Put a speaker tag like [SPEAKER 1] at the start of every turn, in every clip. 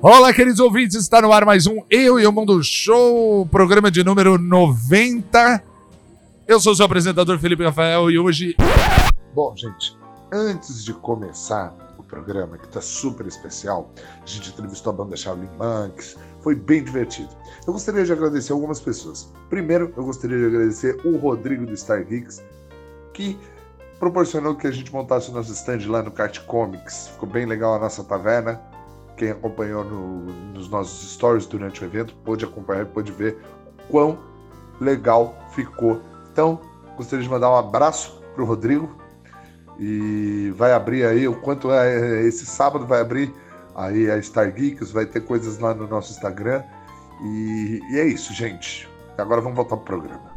[SPEAKER 1] Olá, queridos ouvintes, está no ar mais um Eu e o Mundo Show, programa de número 90. Eu sou seu apresentador Felipe Rafael e hoje.
[SPEAKER 2] Bom, gente, antes de começar o programa, que está super especial, a gente entrevistou a banda Charlie Monks, foi bem divertido. Eu gostaria de agradecer algumas pessoas. Primeiro, eu gostaria de agradecer o Rodrigo do Star Geeks, que proporcionou que a gente montasse o nosso stand lá no Cat Comics. Ficou bem legal a nossa taverna. Quem acompanhou no- nos nossos stories durante o evento pôde acompanhar e pôde ver quão legal ficou. Então, gostaria de mandar um abraço pro Rodrigo. E vai abrir aí, o quanto é esse sábado vai abrir aí a Star Geeks, vai ter coisas lá no nosso Instagram. E, e é isso, gente. Agora vamos voltar pro programa.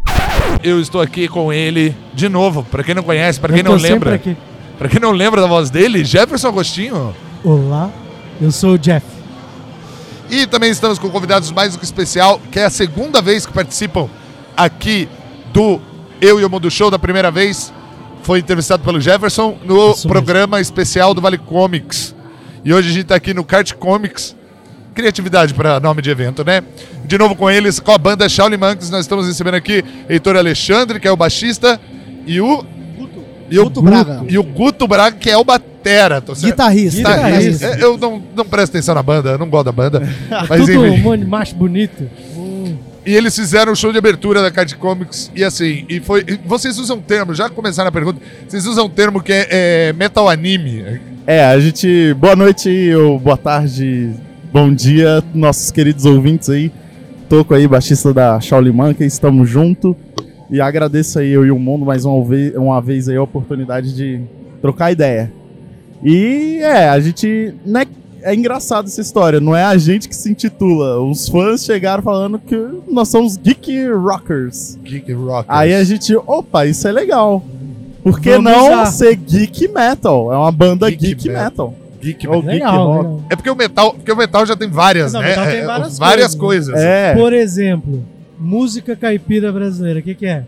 [SPEAKER 1] Eu estou aqui com ele de novo. Pra quem não conhece, pra quem
[SPEAKER 3] Eu
[SPEAKER 1] não
[SPEAKER 3] tô sempre
[SPEAKER 1] lembra,
[SPEAKER 3] aqui.
[SPEAKER 1] pra quem não lembra da voz dele, Jefferson Agostinho.
[SPEAKER 3] Olá, eu sou o Jeff.
[SPEAKER 1] E também estamos com convidados mais do que especial, que é a segunda vez que participam aqui do Eu e o Mundo Show. Da primeira vez foi entrevistado pelo Jefferson no
[SPEAKER 3] Isso mesmo.
[SPEAKER 1] programa especial do Vale Comics. E hoje a gente está aqui no Kart Comics. Criatividade para nome de evento, né? De novo com eles, com a banda Shaolin Monks, nós estamos recebendo aqui Heitor Alexandre, que é o baixista, e o. E o
[SPEAKER 4] Guto Braga.
[SPEAKER 1] E o Guto Braga, que é o Batera. Tô certo?
[SPEAKER 4] Guitarrista.
[SPEAKER 3] Tá
[SPEAKER 1] Guitarrista. É, Eu não, não presto atenção na banda, eu não gosto da banda.
[SPEAKER 4] Ah,
[SPEAKER 1] Mas
[SPEAKER 3] Tudo um
[SPEAKER 1] enfim.
[SPEAKER 3] monte de macho bonito.
[SPEAKER 1] E eles fizeram o show de abertura da Card Comics e assim, e foi. e Vocês usam um termo, já começaram a pergunta, vocês usam um termo que é, é metal anime.
[SPEAKER 5] É, a gente. Boa noite, ou boa tarde, bom dia, nossos queridos ouvintes aí. Toco aí, baixista da Shaolin Monkey, estamos junto. E agradeço aí eu e o mundo mais uma vez, uma vez aí a oportunidade de trocar ideia. E é, a gente. Né, é engraçado essa história, não é a gente que se intitula. Os fãs chegaram falando que nós somos geek rockers.
[SPEAKER 1] Geek Rock.
[SPEAKER 5] Aí a gente, opa, isso é legal. Por que
[SPEAKER 3] Vamos
[SPEAKER 5] não
[SPEAKER 3] usar.
[SPEAKER 5] ser geek metal? É uma banda
[SPEAKER 1] Geek
[SPEAKER 5] geek,
[SPEAKER 1] metal.
[SPEAKER 5] metal.
[SPEAKER 1] Geek
[SPEAKER 5] Ou
[SPEAKER 1] metal.
[SPEAKER 3] Legal, legal.
[SPEAKER 1] É porque o metal, porque o metal já tem várias,
[SPEAKER 3] Não, o
[SPEAKER 1] né?
[SPEAKER 3] metal tem
[SPEAKER 1] É,
[SPEAKER 3] várias
[SPEAKER 1] coisas.
[SPEAKER 5] É.
[SPEAKER 3] Por exemplo, música caipira brasileira, o que, que é?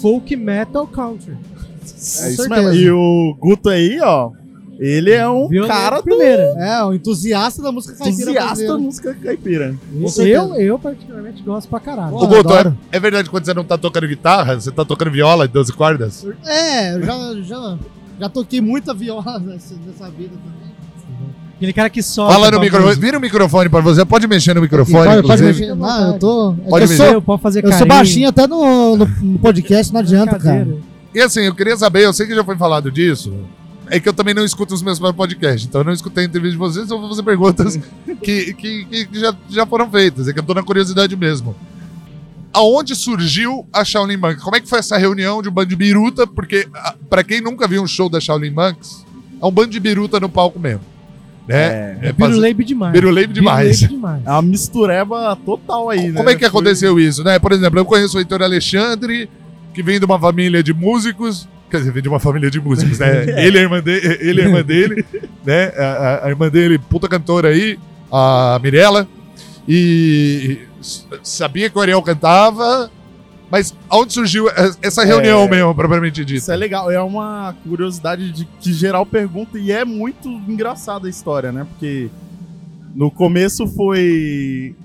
[SPEAKER 3] Folk metal country.
[SPEAKER 5] É isso mesmo. E o Guto aí, ó, ele é um
[SPEAKER 3] Violeta
[SPEAKER 5] cara do
[SPEAKER 3] primeira.
[SPEAKER 4] É, o entusiasta da música caipira
[SPEAKER 5] entusiasta da
[SPEAKER 4] brasileira.
[SPEAKER 5] música caipira.
[SPEAKER 3] Eu,
[SPEAKER 4] certeza.
[SPEAKER 3] eu particularmente gosto pra caralho.
[SPEAKER 1] O
[SPEAKER 4] Pô,
[SPEAKER 1] Guto,
[SPEAKER 4] adoro.
[SPEAKER 1] é, é verdade que quando você não tá tocando guitarra, você tá tocando viola de 12 cordas?
[SPEAKER 4] É, eu já, já, já toquei muita viola nessa, nessa vida também.
[SPEAKER 3] Aquele cara que sobe.
[SPEAKER 1] Fala no microfone. Vira o microfone pra você. Pode mexer no microfone,
[SPEAKER 4] pode, pode
[SPEAKER 1] inclusive.
[SPEAKER 4] mexer. Ah, eu tô. é que
[SPEAKER 1] Pode
[SPEAKER 4] eu
[SPEAKER 1] mexer.
[SPEAKER 4] sou,
[SPEAKER 3] Eu posso fazer
[SPEAKER 4] eu sou
[SPEAKER 3] carinho.
[SPEAKER 4] baixinho até no, no, no podcast, não adianta, cara.
[SPEAKER 3] Brincadeira.
[SPEAKER 1] E assim, eu queria saber, eu sei que já foi falado disso, é que eu também não escuto os meus próprios podcasts, então eu não escutei a entrevista de vocês, eu vou fazer perguntas que, que, que já, já foram feitas, é que eu tô na curiosidade mesmo. Aonde surgiu a Shaolin Monks? Como é que foi essa reunião de um bando de biruta? Porque, ah, pra quem nunca viu um show da Shaolin Monks, é um bando de biruta no palco mesmo. Né?
[SPEAKER 5] É.
[SPEAKER 1] É, fazer-
[SPEAKER 3] Biruleibe demais.
[SPEAKER 1] Biruleibe demais.
[SPEAKER 3] Biruleibe demais.
[SPEAKER 5] É uma mistureba total aí, né?
[SPEAKER 1] Como é que
[SPEAKER 5] Foi-
[SPEAKER 1] aconteceu isso, né? Por exemplo, eu conheço o Heitor Alexandre, que vem de uma família de músicos. Quer dizer, vem de uma família de músicos, né? Ele é a irmã, de, ele é a irmã dele, né? A, a- a irmã dele, puta cantora aí, a Mirella. E s- sabia que o Ariel cantava, mas aonde surgiu es- essa reunião
[SPEAKER 5] É.
[SPEAKER 1] mesmo, propriamente dita?
[SPEAKER 5] Isso é legal, é uma curiosidade de que geral pergunta e é muito engraçada a história, né? Porque no começo foi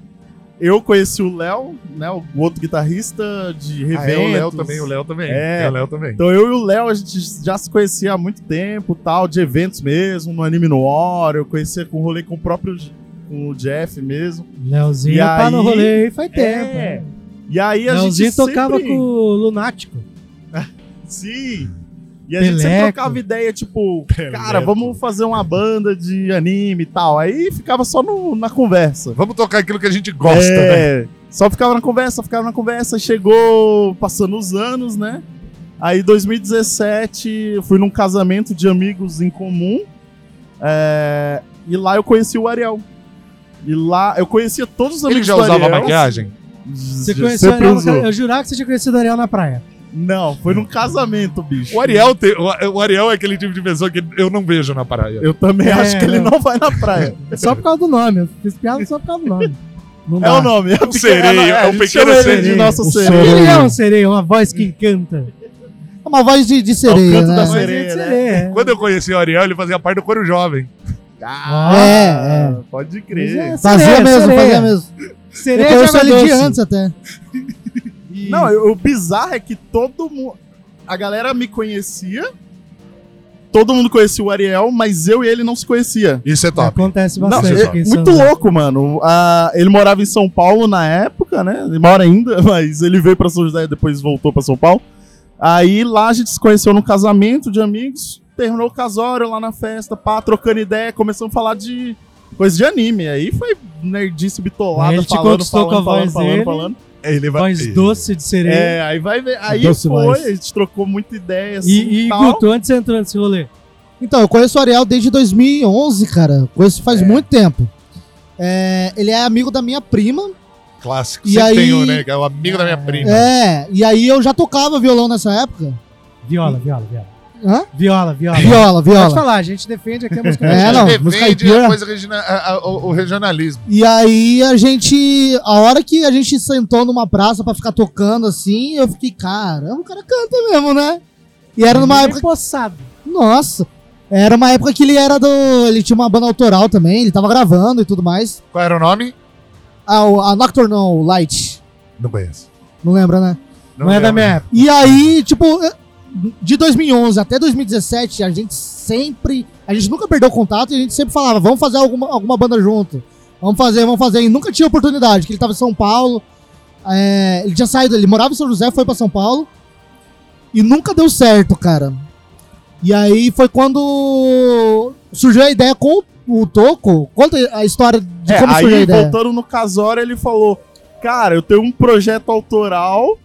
[SPEAKER 5] eu conheci o Léo, né, o outro guitarrista de
[SPEAKER 1] Ah, é, o Léo
[SPEAKER 5] eventos.
[SPEAKER 1] também, o Léo também.
[SPEAKER 5] É.
[SPEAKER 1] o Léo também.
[SPEAKER 5] Então eu e o Léo, a gente já se conhecia há muito tempo, tal, de eventos mesmo, no Anime no War, eu conhecia com o rolê com o próprio J- com o Jeff mesmo.
[SPEAKER 3] Leozinho
[SPEAKER 5] E
[SPEAKER 3] tá no
[SPEAKER 5] aí-
[SPEAKER 3] rolê aí faz tempo.
[SPEAKER 5] É.
[SPEAKER 3] né?
[SPEAKER 5] E aí a
[SPEAKER 3] Leozinho
[SPEAKER 5] gente
[SPEAKER 3] tocava
[SPEAKER 5] sempre...
[SPEAKER 3] com o Lunático.
[SPEAKER 5] Sim. E a gente sempre
[SPEAKER 3] Peleco.
[SPEAKER 5] trocava ideia, tipo, cara,
[SPEAKER 1] Peleco.
[SPEAKER 5] vamos fazer uma banda de anime e tal. Aí ficava só no- na conversa.
[SPEAKER 1] Vamos tocar aquilo que a gente gosta, né?
[SPEAKER 5] É, Só ficava na conversa, só ficava na conversa. Chegou passando os anos, né? Aí, 2017, eu fui num casamento de amigos em comum. é, e lá eu conheci o Ariel. E lá eu conhecia todos os
[SPEAKER 1] Ele
[SPEAKER 5] amigos
[SPEAKER 1] já
[SPEAKER 5] do
[SPEAKER 1] usava
[SPEAKER 5] Ariel.
[SPEAKER 1] maquiagem?
[SPEAKER 3] Você
[SPEAKER 5] Sempre
[SPEAKER 3] conheceu o Ariel?
[SPEAKER 5] usou.
[SPEAKER 3] Eu jurava que você tinha conhecido o Ariel na praia.
[SPEAKER 5] Não, foi num casamento, bicho.
[SPEAKER 1] O Ariel, tem- o- o Ariel é aquele tipo de pessoa que eu não vejo na praia.
[SPEAKER 5] Eu também
[SPEAKER 3] É,
[SPEAKER 5] acho que ele
[SPEAKER 3] não.
[SPEAKER 5] não vai na praia.
[SPEAKER 3] É Só por causa do nome. Eu fiz piada só por causa do nome. Não
[SPEAKER 5] É o
[SPEAKER 3] dá.
[SPEAKER 5] nome. É
[SPEAKER 1] Um sereio, é um pequeno sereio.
[SPEAKER 5] de nosso
[SPEAKER 3] O
[SPEAKER 5] sereio.
[SPEAKER 3] Ele é um sereia, uma voz que encanta.
[SPEAKER 4] É uma voz de, de
[SPEAKER 5] É o
[SPEAKER 4] sereia,
[SPEAKER 5] canto
[SPEAKER 4] né?
[SPEAKER 5] da
[SPEAKER 3] Uma voz de
[SPEAKER 5] sereia, né?
[SPEAKER 3] sereia.
[SPEAKER 1] Quando eu conheci o Ariel, ele fazia parte do coro jovem.
[SPEAKER 5] Ah,
[SPEAKER 4] É,
[SPEAKER 5] Pode
[SPEAKER 3] Mas
[SPEAKER 5] crer.
[SPEAKER 3] é
[SPEAKER 4] Fazia
[SPEAKER 3] sereia,
[SPEAKER 4] mesmo,
[SPEAKER 3] sereia.
[SPEAKER 4] fazia mesmo. Eu
[SPEAKER 3] Sereia
[SPEAKER 4] conheço
[SPEAKER 3] joga
[SPEAKER 4] ele de
[SPEAKER 3] doce.
[SPEAKER 4] antes até.
[SPEAKER 3] E-
[SPEAKER 5] Não, eu- o bizarro é que todo mundo. A galera me conhecia. Todo mundo conhecia o Ariel, mas eu e ele não se conhecia.
[SPEAKER 1] Isso é top.
[SPEAKER 3] Acontece
[SPEAKER 5] Não,
[SPEAKER 3] bastante
[SPEAKER 5] é-
[SPEAKER 3] aqui em São
[SPEAKER 5] muito
[SPEAKER 3] José.
[SPEAKER 5] louco, mano. Ah, ele morava em São Paulo na época, né? Ele mora ainda, mas ele veio pra São José e depois voltou pra São Paulo. Aí lá a gente se conheceu num casamento de amigos, terminou o casório lá na festa, pá, trocando ideia, começamos a falar de coisa de anime. Aí foi nerdice bitolada,
[SPEAKER 3] Ele te
[SPEAKER 5] falando,
[SPEAKER 3] conquistou
[SPEAKER 5] falando,
[SPEAKER 3] com a
[SPEAKER 5] falando,
[SPEAKER 3] voz
[SPEAKER 5] falando,
[SPEAKER 3] dele.
[SPEAKER 5] falando.
[SPEAKER 1] É, Ele
[SPEAKER 3] Voz doce de sereia.
[SPEAKER 5] É, aí vai ver. Aí
[SPEAKER 3] Doce
[SPEAKER 5] foi,
[SPEAKER 3] mais.
[SPEAKER 5] a gente trocou muita ideia assim
[SPEAKER 3] E,
[SPEAKER 5] e,
[SPEAKER 3] e
[SPEAKER 5] tal.
[SPEAKER 3] Guto, antes de entrar nesse rolê,
[SPEAKER 4] Então, eu conheço o Ariel desde 2011, cara. Conheço faz muito tempo. É, ele é amigo da minha prima.
[SPEAKER 1] Clássico.
[SPEAKER 4] E
[SPEAKER 1] Sempre
[SPEAKER 4] aí-
[SPEAKER 1] tem um, né? Que é o amigo da minha prima.
[SPEAKER 4] É, e aí eu já tocava violão nessa época.
[SPEAKER 3] viola, viola, viola.
[SPEAKER 4] Hã?
[SPEAKER 3] Viola,
[SPEAKER 5] Tá
[SPEAKER 3] viola.
[SPEAKER 4] Viola,
[SPEAKER 3] Pode
[SPEAKER 4] viola.
[SPEAKER 3] falar, a gente defende aqui a música.
[SPEAKER 4] É,
[SPEAKER 3] nacional.
[SPEAKER 4] não,
[SPEAKER 1] Ele
[SPEAKER 4] música
[SPEAKER 1] defende
[SPEAKER 4] caipira.
[SPEAKER 1] a coisa regina- a- a- o, o regionalismo.
[SPEAKER 4] E aí a gente. A hora que a gente sentou numa praça pra ficar tocando assim, eu fiquei, caramba, o cara canta mesmo, né? E era numa
[SPEAKER 3] Ninguém
[SPEAKER 4] época.
[SPEAKER 3] Possado.
[SPEAKER 4] Nossa! Era uma época que ele era do. Ele tinha uma banda autoral também, ele tava gravando e tudo mais.
[SPEAKER 1] Qual era o nome?
[SPEAKER 4] A, a Nocturnal Light.
[SPEAKER 1] Não conheço.
[SPEAKER 4] Não lembra, né?
[SPEAKER 3] Não, é da
[SPEAKER 1] lembro.
[SPEAKER 3] minha época.
[SPEAKER 4] E aí, tipo, de 2011 até 2017, a gente sempre. A gente nunca perdeu contato e a gente sempre falava, vamos fazer alguma, alguma banda junto. Vamos fazer, vamos fazer. E nunca tinha oportunidade, que ele tava em São Paulo. é, ele tinha saído, ele morava em São José, foi pra São Paulo. E nunca deu certo, cara. E aí foi quando surgiu a ideia com o Toco. Conta a história de
[SPEAKER 5] É,
[SPEAKER 4] como surgiu a
[SPEAKER 5] aí,
[SPEAKER 4] ideia.
[SPEAKER 5] voltando no casório, ele falou: Cara, eu tenho um projeto autoral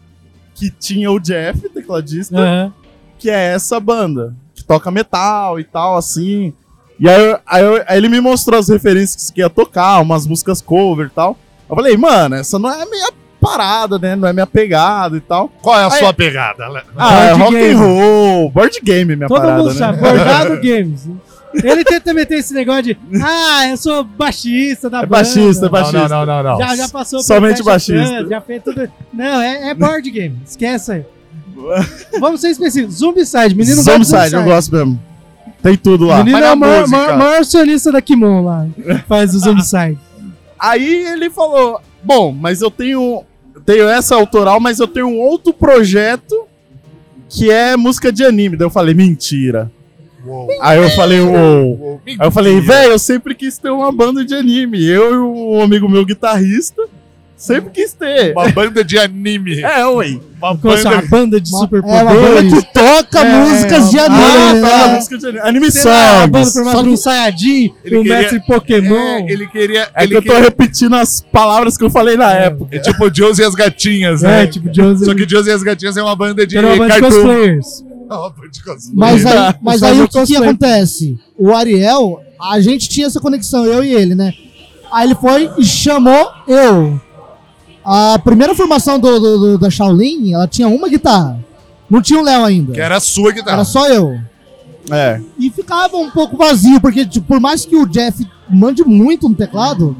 [SPEAKER 5] que tinha o Jeff, tecladista,
[SPEAKER 3] Aham.
[SPEAKER 5] que é essa banda, que toca metal e tal, assim. E aí, eu- aí eu- aí ele me mostrou as referências que ia tocar, umas músicas cover e tal. Eu falei, mano, essa não é a minha parada, né? Não é minha pegada e tal.
[SPEAKER 1] Qual é a
[SPEAKER 5] Aí-
[SPEAKER 1] sua pegada? Le-
[SPEAKER 5] Ah, é
[SPEAKER 3] Board
[SPEAKER 5] rock
[SPEAKER 3] game.
[SPEAKER 5] and roll, board game, minha
[SPEAKER 3] Todo
[SPEAKER 5] parada,
[SPEAKER 3] mundo
[SPEAKER 5] né?
[SPEAKER 3] sabe, Bordado Games. Ele tenta meter esse negócio de, ah, eu sou baixista da
[SPEAKER 5] É
[SPEAKER 3] banda.
[SPEAKER 5] baixista, é
[SPEAKER 1] Não,
[SPEAKER 5] baixista.
[SPEAKER 1] não, não, não, não.
[SPEAKER 3] Já, já passou
[SPEAKER 5] Somente
[SPEAKER 3] Clash of Clans,
[SPEAKER 5] baixista.
[SPEAKER 3] Já fez tudo. Não, é, é board game. Esquece aí. Vamos ser específicos. Zumbicide. assim, Menino gosta de
[SPEAKER 5] Zombicide, eu gosto mesmo. Tem tudo lá.
[SPEAKER 3] Menino
[SPEAKER 1] Mas
[SPEAKER 3] é
[SPEAKER 1] na
[SPEAKER 3] o maior,
[SPEAKER 1] música.
[SPEAKER 3] maior, maior acionista da Kimon lá. Faz o
[SPEAKER 1] Ah,
[SPEAKER 3] Zumbicide.
[SPEAKER 5] Aí ele falou: Bom, mas eu tenho. Tenho essa autoral, mas eu tenho um outro projeto que é música de anime. Daí eu falei, mentira.
[SPEAKER 1] Uou,
[SPEAKER 5] Aí eu falei, uou.
[SPEAKER 1] uou,
[SPEAKER 5] Aí eu falei,
[SPEAKER 1] mentira.
[SPEAKER 5] velho, eu sempre quis ter uma banda de anime. Eu e um amigo meu guitarrista sempre quis ter.
[SPEAKER 1] Uma banda de anime.
[SPEAKER 5] É, ué.
[SPEAKER 1] Uma
[SPEAKER 3] Com essa
[SPEAKER 1] banda.
[SPEAKER 3] banda de
[SPEAKER 4] Uma-
[SPEAKER 3] superpoderes.
[SPEAKER 4] é uma banda que toca
[SPEAKER 3] É,
[SPEAKER 4] músicas de
[SPEAKER 3] é uma-
[SPEAKER 4] anime.
[SPEAKER 5] Ah, tá,
[SPEAKER 4] né?
[SPEAKER 5] música de anime. Anime
[SPEAKER 3] Sei lá, a É, banda
[SPEAKER 5] songs.
[SPEAKER 3] formada por um Saiyajin,
[SPEAKER 1] Ele
[SPEAKER 3] um
[SPEAKER 1] queria-
[SPEAKER 3] mestre Pokémon.
[SPEAKER 1] É, ele queria.
[SPEAKER 5] É que
[SPEAKER 1] ele
[SPEAKER 5] eu tô
[SPEAKER 1] queria-
[SPEAKER 5] repetindo as palavras que eu falei na
[SPEAKER 3] É.
[SPEAKER 5] época.
[SPEAKER 1] É tipo Jones e as Gatinhas, né?
[SPEAKER 3] É, tipo, Jones.
[SPEAKER 1] Só que Jones e as Gatinhas é uma banda de
[SPEAKER 3] Era uma banda de
[SPEAKER 1] cartoon.
[SPEAKER 3] cosplayers.
[SPEAKER 1] Não, banda de cosplay.
[SPEAKER 4] Mas aí,
[SPEAKER 5] Tá,
[SPEAKER 4] mas
[SPEAKER 3] só
[SPEAKER 4] aí
[SPEAKER 3] meu
[SPEAKER 4] o que, que
[SPEAKER 3] cosplay.
[SPEAKER 4] acontece? O Ariel, a gente tinha essa conexão, eu e ele, né? Aí ele foi e chamou eu. A primeira formação do, do- do- da Shaolin, ela tinha uma guitarra. Não tinha o Léo ainda.
[SPEAKER 1] Que era a sua guitarra.
[SPEAKER 4] Era só eu.
[SPEAKER 5] É.
[SPEAKER 4] E ficava um pouco vazio, porque tipo, por mais que o Jeff mande muito no teclado,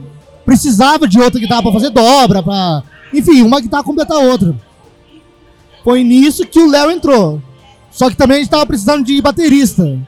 [SPEAKER 4] precisava de outra guitarra pra fazer dobra, pra. Enfim, uma guitarra completar a outra. Foi nisso que o Léo entrou. Só que também a gente tava precisando de baterista.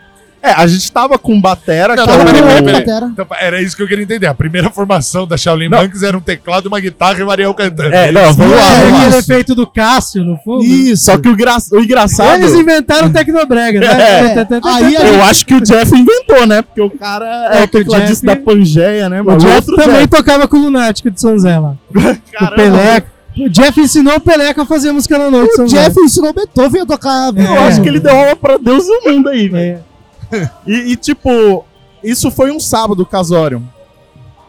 [SPEAKER 5] É, a gente tava com batera,
[SPEAKER 1] Não,
[SPEAKER 5] que
[SPEAKER 1] não,
[SPEAKER 5] é o-
[SPEAKER 1] peraí, peraí, peraí.
[SPEAKER 4] Batera.
[SPEAKER 1] Então, era isso que eu queria entender. A primeira formação da Shaolin
[SPEAKER 5] Não.
[SPEAKER 1] Monks era um teclado, uma guitarra e o Ariel cantando.
[SPEAKER 5] É, não, vamos lá,
[SPEAKER 3] É,
[SPEAKER 5] vamos lá.
[SPEAKER 3] aquele efeito do Cássio, no fundo.
[SPEAKER 5] Isso, só que o, gra... o engraçado.
[SPEAKER 3] Eles inventaram o Tecnobrega, né?
[SPEAKER 5] É.
[SPEAKER 3] Tá, tá, tá,
[SPEAKER 4] Aí
[SPEAKER 3] tá,
[SPEAKER 4] a
[SPEAKER 3] tá.
[SPEAKER 5] Eu acho que o Jeff inventou, né? Porque o cara é,
[SPEAKER 3] É, que o Jeff-
[SPEAKER 5] tecladista da Pangeia, né?
[SPEAKER 3] O
[SPEAKER 5] Mas
[SPEAKER 3] Jeff
[SPEAKER 5] outro
[SPEAKER 3] também
[SPEAKER 5] Jeff.
[SPEAKER 3] tocava com o Lunático de São Zé lá. O
[SPEAKER 5] Caramba.
[SPEAKER 3] Peleco. O Jeff ensinou o Peleco a fazer música na noite, São
[SPEAKER 4] O
[SPEAKER 3] Jeff...
[SPEAKER 4] Jeff ensinou Beethoven a tocar
[SPEAKER 5] Eu
[SPEAKER 4] violão.
[SPEAKER 5] acho que ele deu aula pra Deus e o mundo aí,
[SPEAKER 3] Zé.
[SPEAKER 5] velho.
[SPEAKER 3] É.
[SPEAKER 5] E, e, tipo, isso foi um sábado, o casório.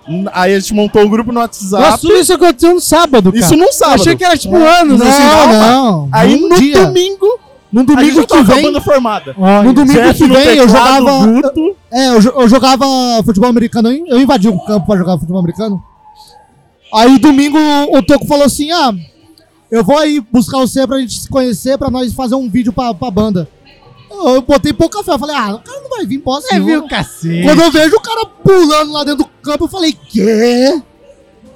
[SPEAKER 5] N- Aí a gente montou um grupo no WhatsApp.
[SPEAKER 3] Nossa, tudo isso aconteceu no sábado, cara.
[SPEAKER 5] isso num
[SPEAKER 3] Eu
[SPEAKER 5] sábado.
[SPEAKER 3] Achei que era tipo um
[SPEAKER 4] Não,
[SPEAKER 3] ano, assim.
[SPEAKER 4] não.
[SPEAKER 5] Aí
[SPEAKER 4] Num
[SPEAKER 5] no
[SPEAKER 4] dia.
[SPEAKER 5] domingo,
[SPEAKER 4] No
[SPEAKER 5] a gente
[SPEAKER 4] domingo
[SPEAKER 5] já tava
[SPEAKER 4] que
[SPEAKER 5] com a
[SPEAKER 4] vem.
[SPEAKER 5] banda formada.
[SPEAKER 4] No domingo
[SPEAKER 5] Jeff
[SPEAKER 4] que
[SPEAKER 5] no
[SPEAKER 4] vem eu
[SPEAKER 5] teclado,
[SPEAKER 4] jogava.
[SPEAKER 5] Guto.
[SPEAKER 4] É, eu, jo- eu jogava futebol americano, eu- eu invadi o campo pra jogar futebol americano. Aí domingo o Toco falou assim: ah, eu vou aí buscar você pra gente se conhecer, pra nós fazer um vídeo pra, pra banda. Eu, eu botei pouco café, eu falei, ah, o cara não vai vir, posso
[SPEAKER 3] É,
[SPEAKER 4] não.
[SPEAKER 3] viu, cacete.
[SPEAKER 4] Quando eu vejo o cara pulando lá dentro do campo, eu falei, quê?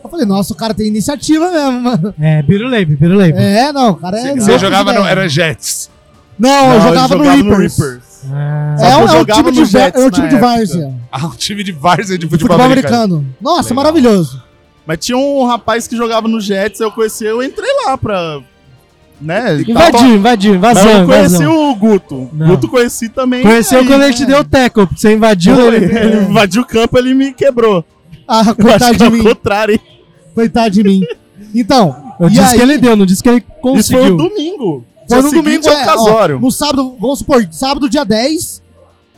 [SPEAKER 4] Eu falei, nossa, o cara tem iniciativa mesmo, mano.
[SPEAKER 3] É, Biruleibe, Biruleibe.
[SPEAKER 4] É, não, o cara é.
[SPEAKER 1] Você
[SPEAKER 4] louco
[SPEAKER 1] jogava
[SPEAKER 4] de
[SPEAKER 1] no,
[SPEAKER 4] ideia.
[SPEAKER 1] era Jets.
[SPEAKER 4] Não, eu
[SPEAKER 5] Não,
[SPEAKER 4] jogava,
[SPEAKER 5] ele
[SPEAKER 4] no Reapers.
[SPEAKER 3] Ah,
[SPEAKER 5] Só
[SPEAKER 4] É,
[SPEAKER 5] que eu
[SPEAKER 4] um- é um
[SPEAKER 5] jogava
[SPEAKER 4] time
[SPEAKER 5] no
[SPEAKER 4] de, va-
[SPEAKER 5] Jets
[SPEAKER 4] é um
[SPEAKER 5] na
[SPEAKER 4] time de
[SPEAKER 5] época.
[SPEAKER 4] várzea.
[SPEAKER 1] Ah, um time de várzea de futebol,
[SPEAKER 4] Futebol
[SPEAKER 1] americano.
[SPEAKER 4] americano. Nossa,
[SPEAKER 1] Legal.
[SPEAKER 4] maravilhoso.
[SPEAKER 5] Mas tinha um rapaz que jogava no Jets, eu conheci, eu entrei lá pra. Né? e tal.
[SPEAKER 3] Invadiu, invadiu,
[SPEAKER 5] Mas eu
[SPEAKER 3] invasão.
[SPEAKER 5] não conheci
[SPEAKER 3] invasão.
[SPEAKER 5] o Guto.
[SPEAKER 3] Não.
[SPEAKER 5] Guto conheci também.
[SPEAKER 3] Conheceu
[SPEAKER 5] aí,
[SPEAKER 3] quando ele te deu o teco, porque você invadiu
[SPEAKER 5] Foi,
[SPEAKER 3] ele.
[SPEAKER 5] ele invadiu o campo, ele me quebrou.
[SPEAKER 4] Ah,
[SPEAKER 5] Eu acho
[SPEAKER 4] coitado
[SPEAKER 5] que é
[SPEAKER 4] de
[SPEAKER 5] o
[SPEAKER 4] mim.
[SPEAKER 5] contrário, hein?
[SPEAKER 4] Coitado de mim. Então,
[SPEAKER 3] Eu
[SPEAKER 4] e
[SPEAKER 3] disse
[SPEAKER 4] aí-
[SPEAKER 3] que ele deu, não disse que ele
[SPEAKER 5] Isso foi
[SPEAKER 3] conseguiu.
[SPEAKER 5] um domingo.
[SPEAKER 4] Foi
[SPEAKER 5] Dia
[SPEAKER 4] no
[SPEAKER 5] seguinte
[SPEAKER 4] domingo,
[SPEAKER 5] é o
[SPEAKER 4] é,
[SPEAKER 5] casório.
[SPEAKER 4] ó, no sábado, vamos supor, sábado dia 10,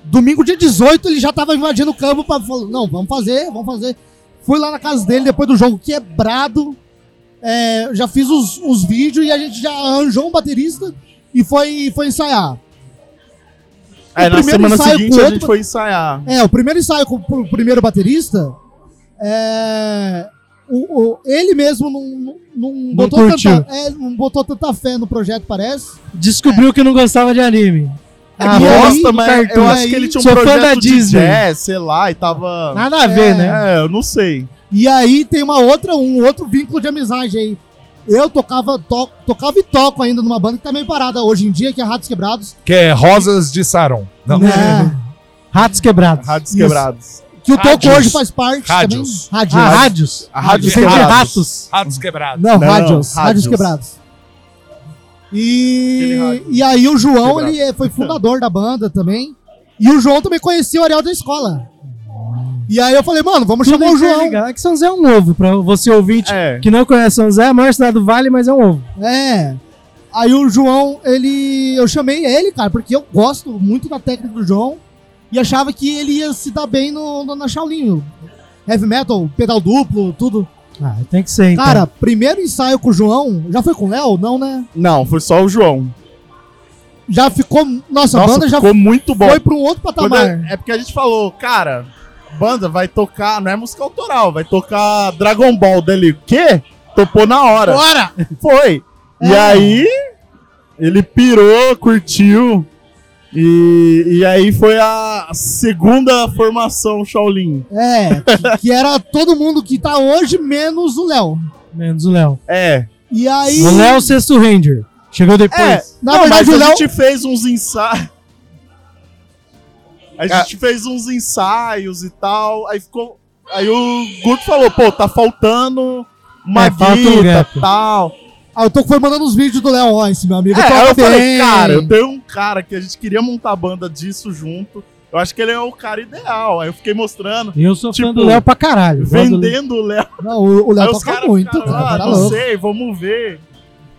[SPEAKER 4] domingo dia 18, ele já tava invadindo o campo pra falar, não, vamos fazer, vamos fazer. Fui lá na casa dele depois do jogo quebrado, é, já fiz os, os vídeos e a gente já arranjou um baterista e foi, foi ensaiar.
[SPEAKER 5] Aí
[SPEAKER 4] o
[SPEAKER 5] É, na
[SPEAKER 4] primeiro
[SPEAKER 5] semana
[SPEAKER 4] ensaio
[SPEAKER 5] seguinte
[SPEAKER 4] com
[SPEAKER 5] a
[SPEAKER 4] outro-
[SPEAKER 5] gente foi ensaiar.
[SPEAKER 4] É, o primeiro ensaio com o primeiro baterista, é, o- o- ele mesmo não, não, não botou
[SPEAKER 3] curtiu.
[SPEAKER 4] tanta, é, não botou tanta fé no projeto, parece.
[SPEAKER 3] Descobriu que não gostava de anime.
[SPEAKER 5] Ah,
[SPEAKER 4] E aí,
[SPEAKER 5] bosta, mas eu
[SPEAKER 4] Cartoon,
[SPEAKER 5] acho
[SPEAKER 4] aí,
[SPEAKER 5] que ele tinha um
[SPEAKER 3] sou fã
[SPEAKER 5] projeto
[SPEAKER 3] da
[SPEAKER 5] de
[SPEAKER 3] Disney.
[SPEAKER 5] jazz, sei lá, e tava...
[SPEAKER 4] Ah,
[SPEAKER 3] Nada a ver, né?
[SPEAKER 5] É, eu não sei.
[SPEAKER 4] E aí tem uma outra, um outro vínculo de amizade aí. Eu tocava, to- tocava e toco ainda numa banda que tá meio parada hoje em dia, que é Ratos Quebrados.
[SPEAKER 1] Que é Rosas de Saron. Não.
[SPEAKER 4] né?
[SPEAKER 3] Ratos quebrados.
[SPEAKER 5] Rádios
[SPEAKER 4] Isso.
[SPEAKER 5] Quebrados.
[SPEAKER 4] Que o Toco
[SPEAKER 1] Rádios.
[SPEAKER 4] hoje faz parte
[SPEAKER 1] Rádios.
[SPEAKER 4] também. Rádios.
[SPEAKER 3] Ah, rádios.
[SPEAKER 5] A Rádio
[SPEAKER 3] Você de
[SPEAKER 5] Quebrados.
[SPEAKER 3] ratos.
[SPEAKER 1] Ratos quebrados.
[SPEAKER 4] Não,
[SPEAKER 5] Não,
[SPEAKER 4] rádios,
[SPEAKER 5] rádios.
[SPEAKER 4] rádios quebrados.
[SPEAKER 5] Aquele
[SPEAKER 4] E,
[SPEAKER 5] rádio.
[SPEAKER 4] e aí o João
[SPEAKER 5] Quebrado.
[SPEAKER 4] ele é- foi fundador da banda também. E o João também conhecia o Ariel da escola. E aí eu falei, mano, vamos chamar o João.
[SPEAKER 3] É que São Zé é um ovo, pra você ouvinte
[SPEAKER 5] É.
[SPEAKER 3] que não conhece São Zé, é a maior cidade do Vale, mas é um ovo.
[SPEAKER 4] É. Aí o João, ele. Eu chamei ele, cara, porque eu gosto muito da técnica do João e achava que ele ia se dar bem no, no, na Shaolin. Heavy metal, pedal duplo, tudo.
[SPEAKER 3] Ah, tem que ser, então.
[SPEAKER 4] Cara, primeiro ensaio com o João, já foi com o Léo? Não, né?
[SPEAKER 5] Não, foi só o João.
[SPEAKER 4] Já ficou. Nossa, a
[SPEAKER 5] Nossa,
[SPEAKER 4] banda já
[SPEAKER 5] ficou muito bom.
[SPEAKER 4] foi pra um outro
[SPEAKER 5] Quando
[SPEAKER 4] patamar.
[SPEAKER 5] é é porque a gente falou, cara, banda vai tocar, não é música autoral, vai tocar Dragon Ball dele. O quê? Topou na hora.
[SPEAKER 4] Bora!
[SPEAKER 5] Foi. E
[SPEAKER 4] É.
[SPEAKER 5] aí, ele pirou, curtiu. E, e aí foi a segunda formação Shaolin.
[SPEAKER 4] É, que, que era todo mundo que tá hoje, menos o Léo.
[SPEAKER 3] Menos o Léo.
[SPEAKER 5] É.
[SPEAKER 4] E aí.
[SPEAKER 3] O Léo, sexto Ranger. Chegou
[SPEAKER 5] É.
[SPEAKER 3] depois.
[SPEAKER 4] Na
[SPEAKER 5] não,
[SPEAKER 4] verdade, o
[SPEAKER 5] mas a
[SPEAKER 4] Léo.
[SPEAKER 5] gente fez uns ensaios. A
[SPEAKER 1] Ca-
[SPEAKER 5] gente fez uns ensaios e tal. Aí ficou. Aí o Guto falou, pô, tá faltando uma
[SPEAKER 3] É, falta um
[SPEAKER 5] guita
[SPEAKER 3] gap.
[SPEAKER 5] e tal.
[SPEAKER 4] Ah, eu tô foi mandando os vídeos do Léo, ó, esse meu amigo.
[SPEAKER 5] É,
[SPEAKER 4] toca
[SPEAKER 5] aí eu
[SPEAKER 4] bem.
[SPEAKER 5] falei, cara, eu tenho um cara que a gente queria montar a banda disso junto. Eu acho que ele é o cara ideal. Aí eu fiquei mostrando,
[SPEAKER 3] E eu sou fã
[SPEAKER 5] Tipo,
[SPEAKER 3] do Léo pra caralho. Eu gosto do Léo.
[SPEAKER 5] vendendo o Léo.
[SPEAKER 4] Não, o, o
[SPEAKER 5] Aí
[SPEAKER 4] Léo
[SPEAKER 5] os
[SPEAKER 4] toca
[SPEAKER 5] caras
[SPEAKER 4] muito, né? Tá
[SPEAKER 5] ficaram,
[SPEAKER 4] cara.
[SPEAKER 5] ah,
[SPEAKER 4] cara
[SPEAKER 5] não sei, vamos ver.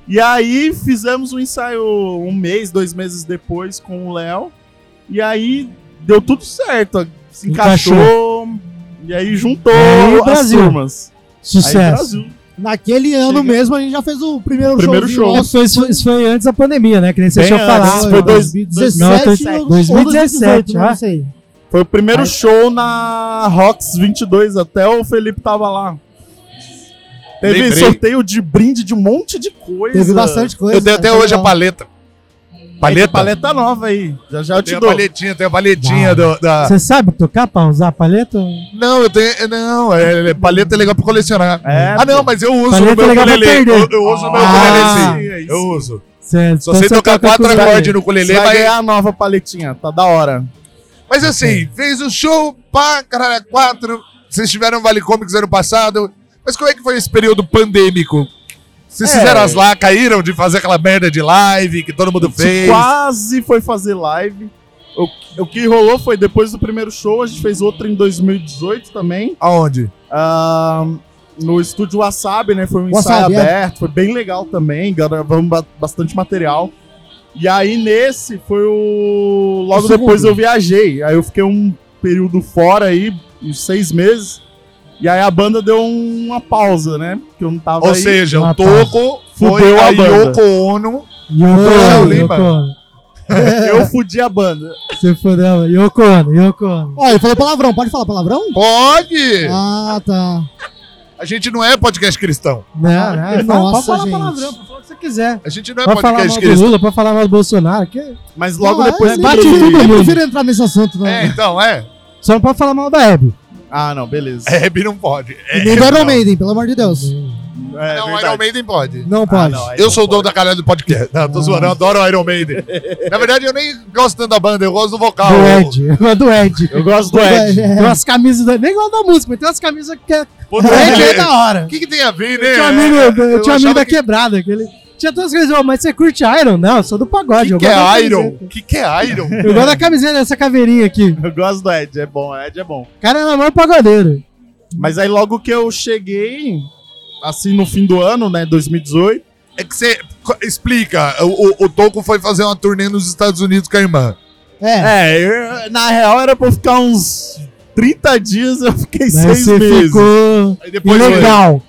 [SPEAKER 5] E aí fizemos um ensaio um mês, dois meses depois com o Léo. E aí deu tudo certo. Se encaixou. E aí juntou
[SPEAKER 3] Aí,
[SPEAKER 5] as
[SPEAKER 3] Brasil.
[SPEAKER 5] turmas. Aí
[SPEAKER 3] Sucesso.
[SPEAKER 5] Brasil.
[SPEAKER 4] Naquele ano
[SPEAKER 5] Chega.
[SPEAKER 4] mesmo a gente já fez o primeiro,
[SPEAKER 5] Primeiro
[SPEAKER 4] showzinho
[SPEAKER 5] show.
[SPEAKER 3] Isso
[SPEAKER 4] nosso.
[SPEAKER 3] foi, isso foi- isso foi antes da pandemia, né? Que nem você
[SPEAKER 5] Bem
[SPEAKER 3] tinha
[SPEAKER 5] antes,
[SPEAKER 3] falado.
[SPEAKER 5] foi
[SPEAKER 3] né?
[SPEAKER 5] dois-
[SPEAKER 4] 2017 ou
[SPEAKER 3] 2017,
[SPEAKER 4] 2018, né?
[SPEAKER 3] ah.
[SPEAKER 4] Não sei.
[SPEAKER 5] Foi o primeiro show na Rocks 22, até o Felipe tava lá. Teve
[SPEAKER 1] Lembrei.
[SPEAKER 5] sorteio de brinde de um monte de coisa.
[SPEAKER 4] Teve bastante coisa. né?
[SPEAKER 1] Eu tenho até
[SPEAKER 4] cara,
[SPEAKER 1] hoje a
[SPEAKER 4] legal.
[SPEAKER 1] paleta.
[SPEAKER 5] Paleta?
[SPEAKER 1] Paleta?
[SPEAKER 5] paleta nova aí. Já já eu te
[SPEAKER 1] Tem a
[SPEAKER 5] dou.
[SPEAKER 1] palhetinha, tem a palhetinha do- da.
[SPEAKER 3] Você sabe tocar pra usar a paleta?
[SPEAKER 1] Não, eu tenho. é, Não, é, é- paleta é legal pra colecionar.
[SPEAKER 5] É,
[SPEAKER 1] ah, não, mas eu uso
[SPEAKER 3] Paleta
[SPEAKER 1] no meu
[SPEAKER 3] é legal pra
[SPEAKER 1] ukulele. Eu,
[SPEAKER 3] perder.
[SPEAKER 1] eu uso no meu
[SPEAKER 3] Ah.
[SPEAKER 1] ukulele, sim. Eu uso.
[SPEAKER 3] Cê,
[SPEAKER 1] Só sei tocar quatro acordes no
[SPEAKER 5] Você
[SPEAKER 1] ukulele,
[SPEAKER 5] vai
[SPEAKER 1] mas...
[SPEAKER 5] ganhar a nova paletinha, tá da hora.
[SPEAKER 1] mas assim, fez o show, pá, caralho, quatro. Vocês tiveram Vale Comics ano passado. Mas como é que foi esse período pandêmico? Vocês
[SPEAKER 5] É.
[SPEAKER 1] fizeram as lá, caíram de fazer aquela merda de live que todo mundo
[SPEAKER 5] A gente
[SPEAKER 1] fez.
[SPEAKER 5] quase foi fazer live. O, o que rolou foi depois do primeiro show, a gente fez outro em 2018 também.
[SPEAKER 1] Aonde?
[SPEAKER 5] Ah, no estúdio Wasabi, né? Foi um ensaio
[SPEAKER 4] Wasabi, é.
[SPEAKER 5] aberto, foi bem legal também. Gravamos ba- bastante material. E aí, nesse foi o. Logo
[SPEAKER 4] O segundo.
[SPEAKER 5] depois eu viajei. Aí eu fiquei um período fora aí, uns seis meses. E aí a banda deu um- uma pausa, né? Porque eu não tava.
[SPEAKER 1] Ou
[SPEAKER 5] aí.
[SPEAKER 1] seja, o
[SPEAKER 3] Rapaz.
[SPEAKER 1] Toco foi
[SPEAKER 5] Fudeu
[SPEAKER 1] a
[SPEAKER 5] a banda.
[SPEAKER 1] Yoko Ono.
[SPEAKER 3] Yoko,
[SPEAKER 1] Léo
[SPEAKER 3] Yoko. Ono.
[SPEAKER 5] eu fudi a banda.
[SPEAKER 3] Você fodeu. Yoko, Ono, Yoko. Ono.
[SPEAKER 4] Ó, ele falou palavrão, pode falar palavrão?
[SPEAKER 1] Pode!
[SPEAKER 4] Ah, tá.
[SPEAKER 1] A gente não é podcast cristão.
[SPEAKER 3] Não, não,
[SPEAKER 4] Nossa,
[SPEAKER 3] não, pode falar
[SPEAKER 4] gente.
[SPEAKER 3] palavrão, pode falar o que você quiser.
[SPEAKER 1] A gente não é
[SPEAKER 3] Pode falar
[SPEAKER 1] podcast
[SPEAKER 3] mal do
[SPEAKER 1] cristão.
[SPEAKER 3] Lula, pode falar mal do Bolsonaro. que-
[SPEAKER 5] Mas logo
[SPEAKER 4] Não, é assim,
[SPEAKER 5] depois.
[SPEAKER 4] eu
[SPEAKER 5] que
[SPEAKER 3] bate
[SPEAKER 5] eu
[SPEAKER 3] em
[SPEAKER 5] vi-
[SPEAKER 3] tudo.
[SPEAKER 4] Eu
[SPEAKER 3] mundo.
[SPEAKER 4] prefiro entrar nesse assunto, não.
[SPEAKER 1] É, então, é.
[SPEAKER 3] Só não pode falar mal da Hebe.
[SPEAKER 5] Ah, não, beleza.
[SPEAKER 1] É, Bi não pode.
[SPEAKER 4] E nem do Iron Maiden, pelo amor de Deus.
[SPEAKER 5] É,
[SPEAKER 1] não,
[SPEAKER 5] verdade. Ah,
[SPEAKER 1] Iron Maiden pode.
[SPEAKER 3] Não pode.
[SPEAKER 5] não, aí
[SPEAKER 1] Eu sou o
[SPEAKER 5] não
[SPEAKER 1] dono da caralho do podcast. Não, tô zoando, eu adoro Iron Maiden. Na verdade, eu nem gosto tanto da banda, eu gosto do vocal.
[SPEAKER 3] do
[SPEAKER 1] Eu-
[SPEAKER 3] Ed. do Ed. é.
[SPEAKER 5] Eu gosto do Ed.
[SPEAKER 3] Tem umas camisas. da- Nem gosto da música, mas tem umas camisas que é.
[SPEAKER 1] Puta,
[SPEAKER 3] Do Ed é
[SPEAKER 1] ele-
[SPEAKER 3] da hora.
[SPEAKER 1] O que, que tem a ver, né?
[SPEAKER 3] Eu tinha um amigo, eu
[SPEAKER 1] Eu
[SPEAKER 3] tinha um
[SPEAKER 1] achava
[SPEAKER 3] amigo da
[SPEAKER 1] que-
[SPEAKER 3] quebrada. Que ele... Tinha todas as coisas, "Ô, mas você curte Iron? Não, eu sou do pagode.
[SPEAKER 1] O
[SPEAKER 3] eu
[SPEAKER 1] que, que
[SPEAKER 3] gosto da
[SPEAKER 1] é Iron?
[SPEAKER 3] camiseta.
[SPEAKER 1] O que, que é Iron?
[SPEAKER 3] Eu gosto da camiseta dessa caveirinha aqui.
[SPEAKER 5] Eu gosto do Ed, é bom, Ed é bom.
[SPEAKER 3] O cara é o maior pagodeiro.
[SPEAKER 5] Mas aí logo que eu cheguei, assim no fim do ano, né, 2018,
[SPEAKER 1] É que você. co- Explica, o, o, o Toco foi fazer uma turnê nos Estados Unidos com a irmã.
[SPEAKER 3] É.
[SPEAKER 5] é, eu- na real era pra eu ficar uns 30 dias, eu fiquei
[SPEAKER 3] Mas
[SPEAKER 5] seis
[SPEAKER 3] você
[SPEAKER 5] meses.
[SPEAKER 3] ficou
[SPEAKER 1] Aí depois foi.
[SPEAKER 3] legal.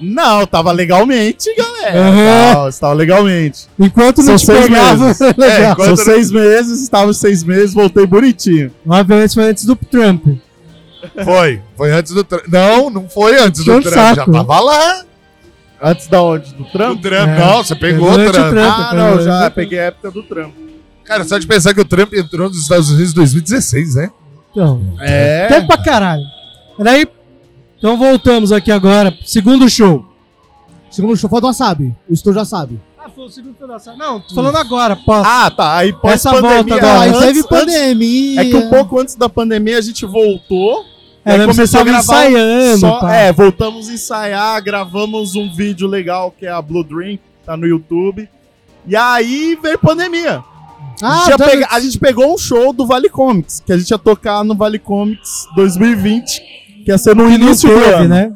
[SPEAKER 5] Não, tava legalmente, galera.
[SPEAKER 3] Aham.
[SPEAKER 5] Tava, tava legalmente.
[SPEAKER 3] Enquanto não
[SPEAKER 5] tá. São
[SPEAKER 3] te
[SPEAKER 5] seis
[SPEAKER 3] pegava,
[SPEAKER 5] meses. É,
[SPEAKER 3] legal.
[SPEAKER 5] São seis meses, estava seis meses, voltei bonitinho.
[SPEAKER 3] Obviamente foi antes do Trump.
[SPEAKER 1] Foi. Foi antes do Trump. Não, não foi antes
[SPEAKER 3] Tinha
[SPEAKER 1] do
[SPEAKER 3] um
[SPEAKER 1] Trump. Já
[SPEAKER 3] saco. um
[SPEAKER 1] tava lá.
[SPEAKER 5] Antes da onde? Do
[SPEAKER 1] O
[SPEAKER 5] trampo?
[SPEAKER 1] Trump. Não, você pegou o
[SPEAKER 3] Durante o
[SPEAKER 1] Trump.
[SPEAKER 3] Trump.
[SPEAKER 5] Ah, não, já peguei a época do trampo.
[SPEAKER 1] Cara, só de pensar que o Trump entrou nos Estados Unidos em 2016, né?
[SPEAKER 3] Então,
[SPEAKER 5] É.
[SPEAKER 3] tempo pra caralho. Daí, então voltamos aqui agora. Segundo show.
[SPEAKER 4] Segundo o Chofodó sabe. O Stu já sabe.
[SPEAKER 3] Ah, foi o segundo pedaço. Não, tô falando agora, pós.
[SPEAKER 5] Ah, tá. Aí pós
[SPEAKER 3] Essa volta
[SPEAKER 5] pandemia.
[SPEAKER 3] agora,
[SPEAKER 4] aí
[SPEAKER 5] antes-
[SPEAKER 4] teve
[SPEAKER 5] antes-
[SPEAKER 4] pandemia.
[SPEAKER 5] é que um pouco antes da pandemia a gente voltou.
[SPEAKER 3] É,
[SPEAKER 5] aí
[SPEAKER 3] lembra que vocês
[SPEAKER 5] começou a
[SPEAKER 3] estavam
[SPEAKER 5] gravar
[SPEAKER 3] ensaiando,
[SPEAKER 5] só-
[SPEAKER 3] pá.
[SPEAKER 5] é, voltamos a ensaiar, gravamos um vídeo legal que é a Blue Dream, tá no YouTube. E aí veio pandemia. a,
[SPEAKER 4] Ah,
[SPEAKER 5] gente ia
[SPEAKER 4] tá-
[SPEAKER 5] pega- a gente pegou um show do Vale Comics, que a gente ia tocar no Vale Comics 2020, que ia ser no início do ano.
[SPEAKER 3] né?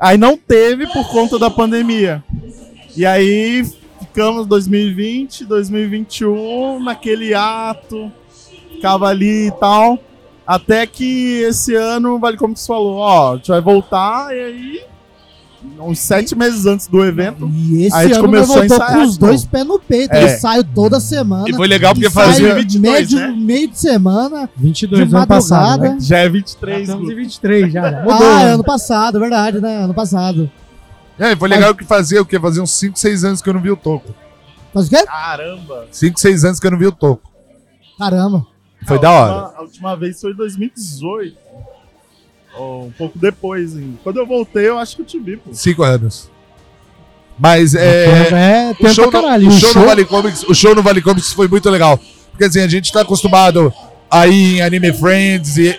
[SPEAKER 5] Aí não teve por conta da pandemia. E aí ficamos 2020, 2021 naquele ato, ficava ali e tal. Até que esse ano o Vale Comics falou, ó, a gente vai voltar e aí uns sete meses antes do evento.
[SPEAKER 4] E esse
[SPEAKER 5] Aí a gente
[SPEAKER 4] ano nós
[SPEAKER 5] começou a
[SPEAKER 4] voltou
[SPEAKER 5] ensaiar,
[SPEAKER 4] com os
[SPEAKER 5] pô.
[SPEAKER 4] dois pés no peito.
[SPEAKER 5] É.
[SPEAKER 4] Eu saio toda semana.
[SPEAKER 1] E foi legal porque
[SPEAKER 4] ensaio
[SPEAKER 1] fazia.
[SPEAKER 5] fazia- 22,
[SPEAKER 4] médio,
[SPEAKER 5] né?
[SPEAKER 4] meio de semana.
[SPEAKER 3] 22
[SPEAKER 4] De
[SPEAKER 3] ano passado.
[SPEAKER 4] madrugada.
[SPEAKER 3] né?
[SPEAKER 5] Já é
[SPEAKER 3] Já
[SPEAKER 5] 23.
[SPEAKER 3] Estamos
[SPEAKER 5] Guto.
[SPEAKER 3] em 23 já. né?
[SPEAKER 4] ah, ano passado, verdade, né? Ano passado.
[SPEAKER 1] É, foi legal que fazia o quê? Fazia uns 5, 6 anos que eu não vi o Toco.
[SPEAKER 4] Mas o quê?
[SPEAKER 5] Caramba!
[SPEAKER 1] 5, 6 anos que eu não vi o Toco.
[SPEAKER 4] Caramba.
[SPEAKER 1] Foi
[SPEAKER 5] A
[SPEAKER 1] da
[SPEAKER 5] última-
[SPEAKER 1] hora.
[SPEAKER 5] A última vez foi em 2018. Ou um pouco depois ainda. Quando eu voltei, eu acho que eu te vi, pô.
[SPEAKER 1] 5 anos. Mas é.
[SPEAKER 3] É,
[SPEAKER 1] O
[SPEAKER 3] tempo
[SPEAKER 1] show,
[SPEAKER 3] pra
[SPEAKER 1] no,
[SPEAKER 3] caralho.
[SPEAKER 1] o
[SPEAKER 3] O
[SPEAKER 1] show no
[SPEAKER 3] show-
[SPEAKER 1] Vale Comics, o show no Vale Comics foi muito legal. Porque assim, a gente tá acostumado a ir em Anime Friends e,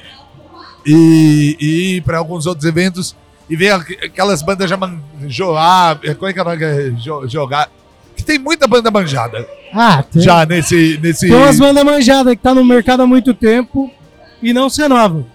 [SPEAKER 1] e, e ir pra alguns outros eventos e ver aqu- aquelas bandas já man, joar, como é que é o nome? É, jo- jogar. Que tem muita banda manjada
[SPEAKER 3] Ah, tem,
[SPEAKER 1] já nesse. nesse...
[SPEAKER 3] tem umas bandas manjadas que tá no mercado há muito tempo e não se renova.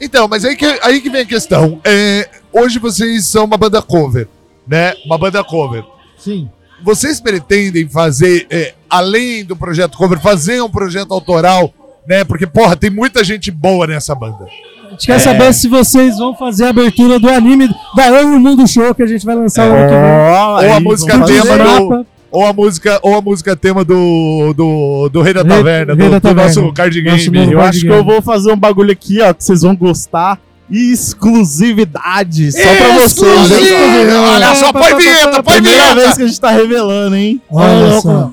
[SPEAKER 1] Então, mas aí que, aí que vem a questão. É, hoje vocês são uma banda cover, né? Uma banda cover.
[SPEAKER 3] Sim.
[SPEAKER 1] Vocês pretendem fazer, é, além do projeto cover, fazer um projeto autoral, né? Porque, porra, tem muita gente boa nessa banda.
[SPEAKER 3] A gente quer
[SPEAKER 1] É.
[SPEAKER 3] saber se vocês vão fazer a abertura do anime da Eu Mundo Show que a gente vai lançar o ano que vem.
[SPEAKER 5] Ó,
[SPEAKER 1] Ou a
[SPEAKER 5] aí,
[SPEAKER 1] música
[SPEAKER 5] vamos fazer
[SPEAKER 1] tema
[SPEAKER 5] isso.
[SPEAKER 1] É. do-
[SPEAKER 3] Mapa,
[SPEAKER 1] Ou a música, ou a música tema do, do, do Rei da
[SPEAKER 3] Rei-
[SPEAKER 1] Taverna,
[SPEAKER 3] Rei
[SPEAKER 1] do,
[SPEAKER 3] da
[SPEAKER 1] do
[SPEAKER 3] Taverna.
[SPEAKER 1] nosso card game.
[SPEAKER 3] Nosso novo-
[SPEAKER 5] Eu acho que
[SPEAKER 3] Guilherme.
[SPEAKER 5] eu vou fazer um bagulho aqui, ó, que vocês vão gostar. Exclusividade, só pra vocês.
[SPEAKER 1] Exclusivo!
[SPEAKER 5] hein?
[SPEAKER 1] Olha só, põe vinheta, põe
[SPEAKER 5] Primeira vez
[SPEAKER 1] vinheta!
[SPEAKER 5] que a gente tá revelando, hein?
[SPEAKER 3] Olha
[SPEAKER 4] Olha
[SPEAKER 3] só.
[SPEAKER 4] só.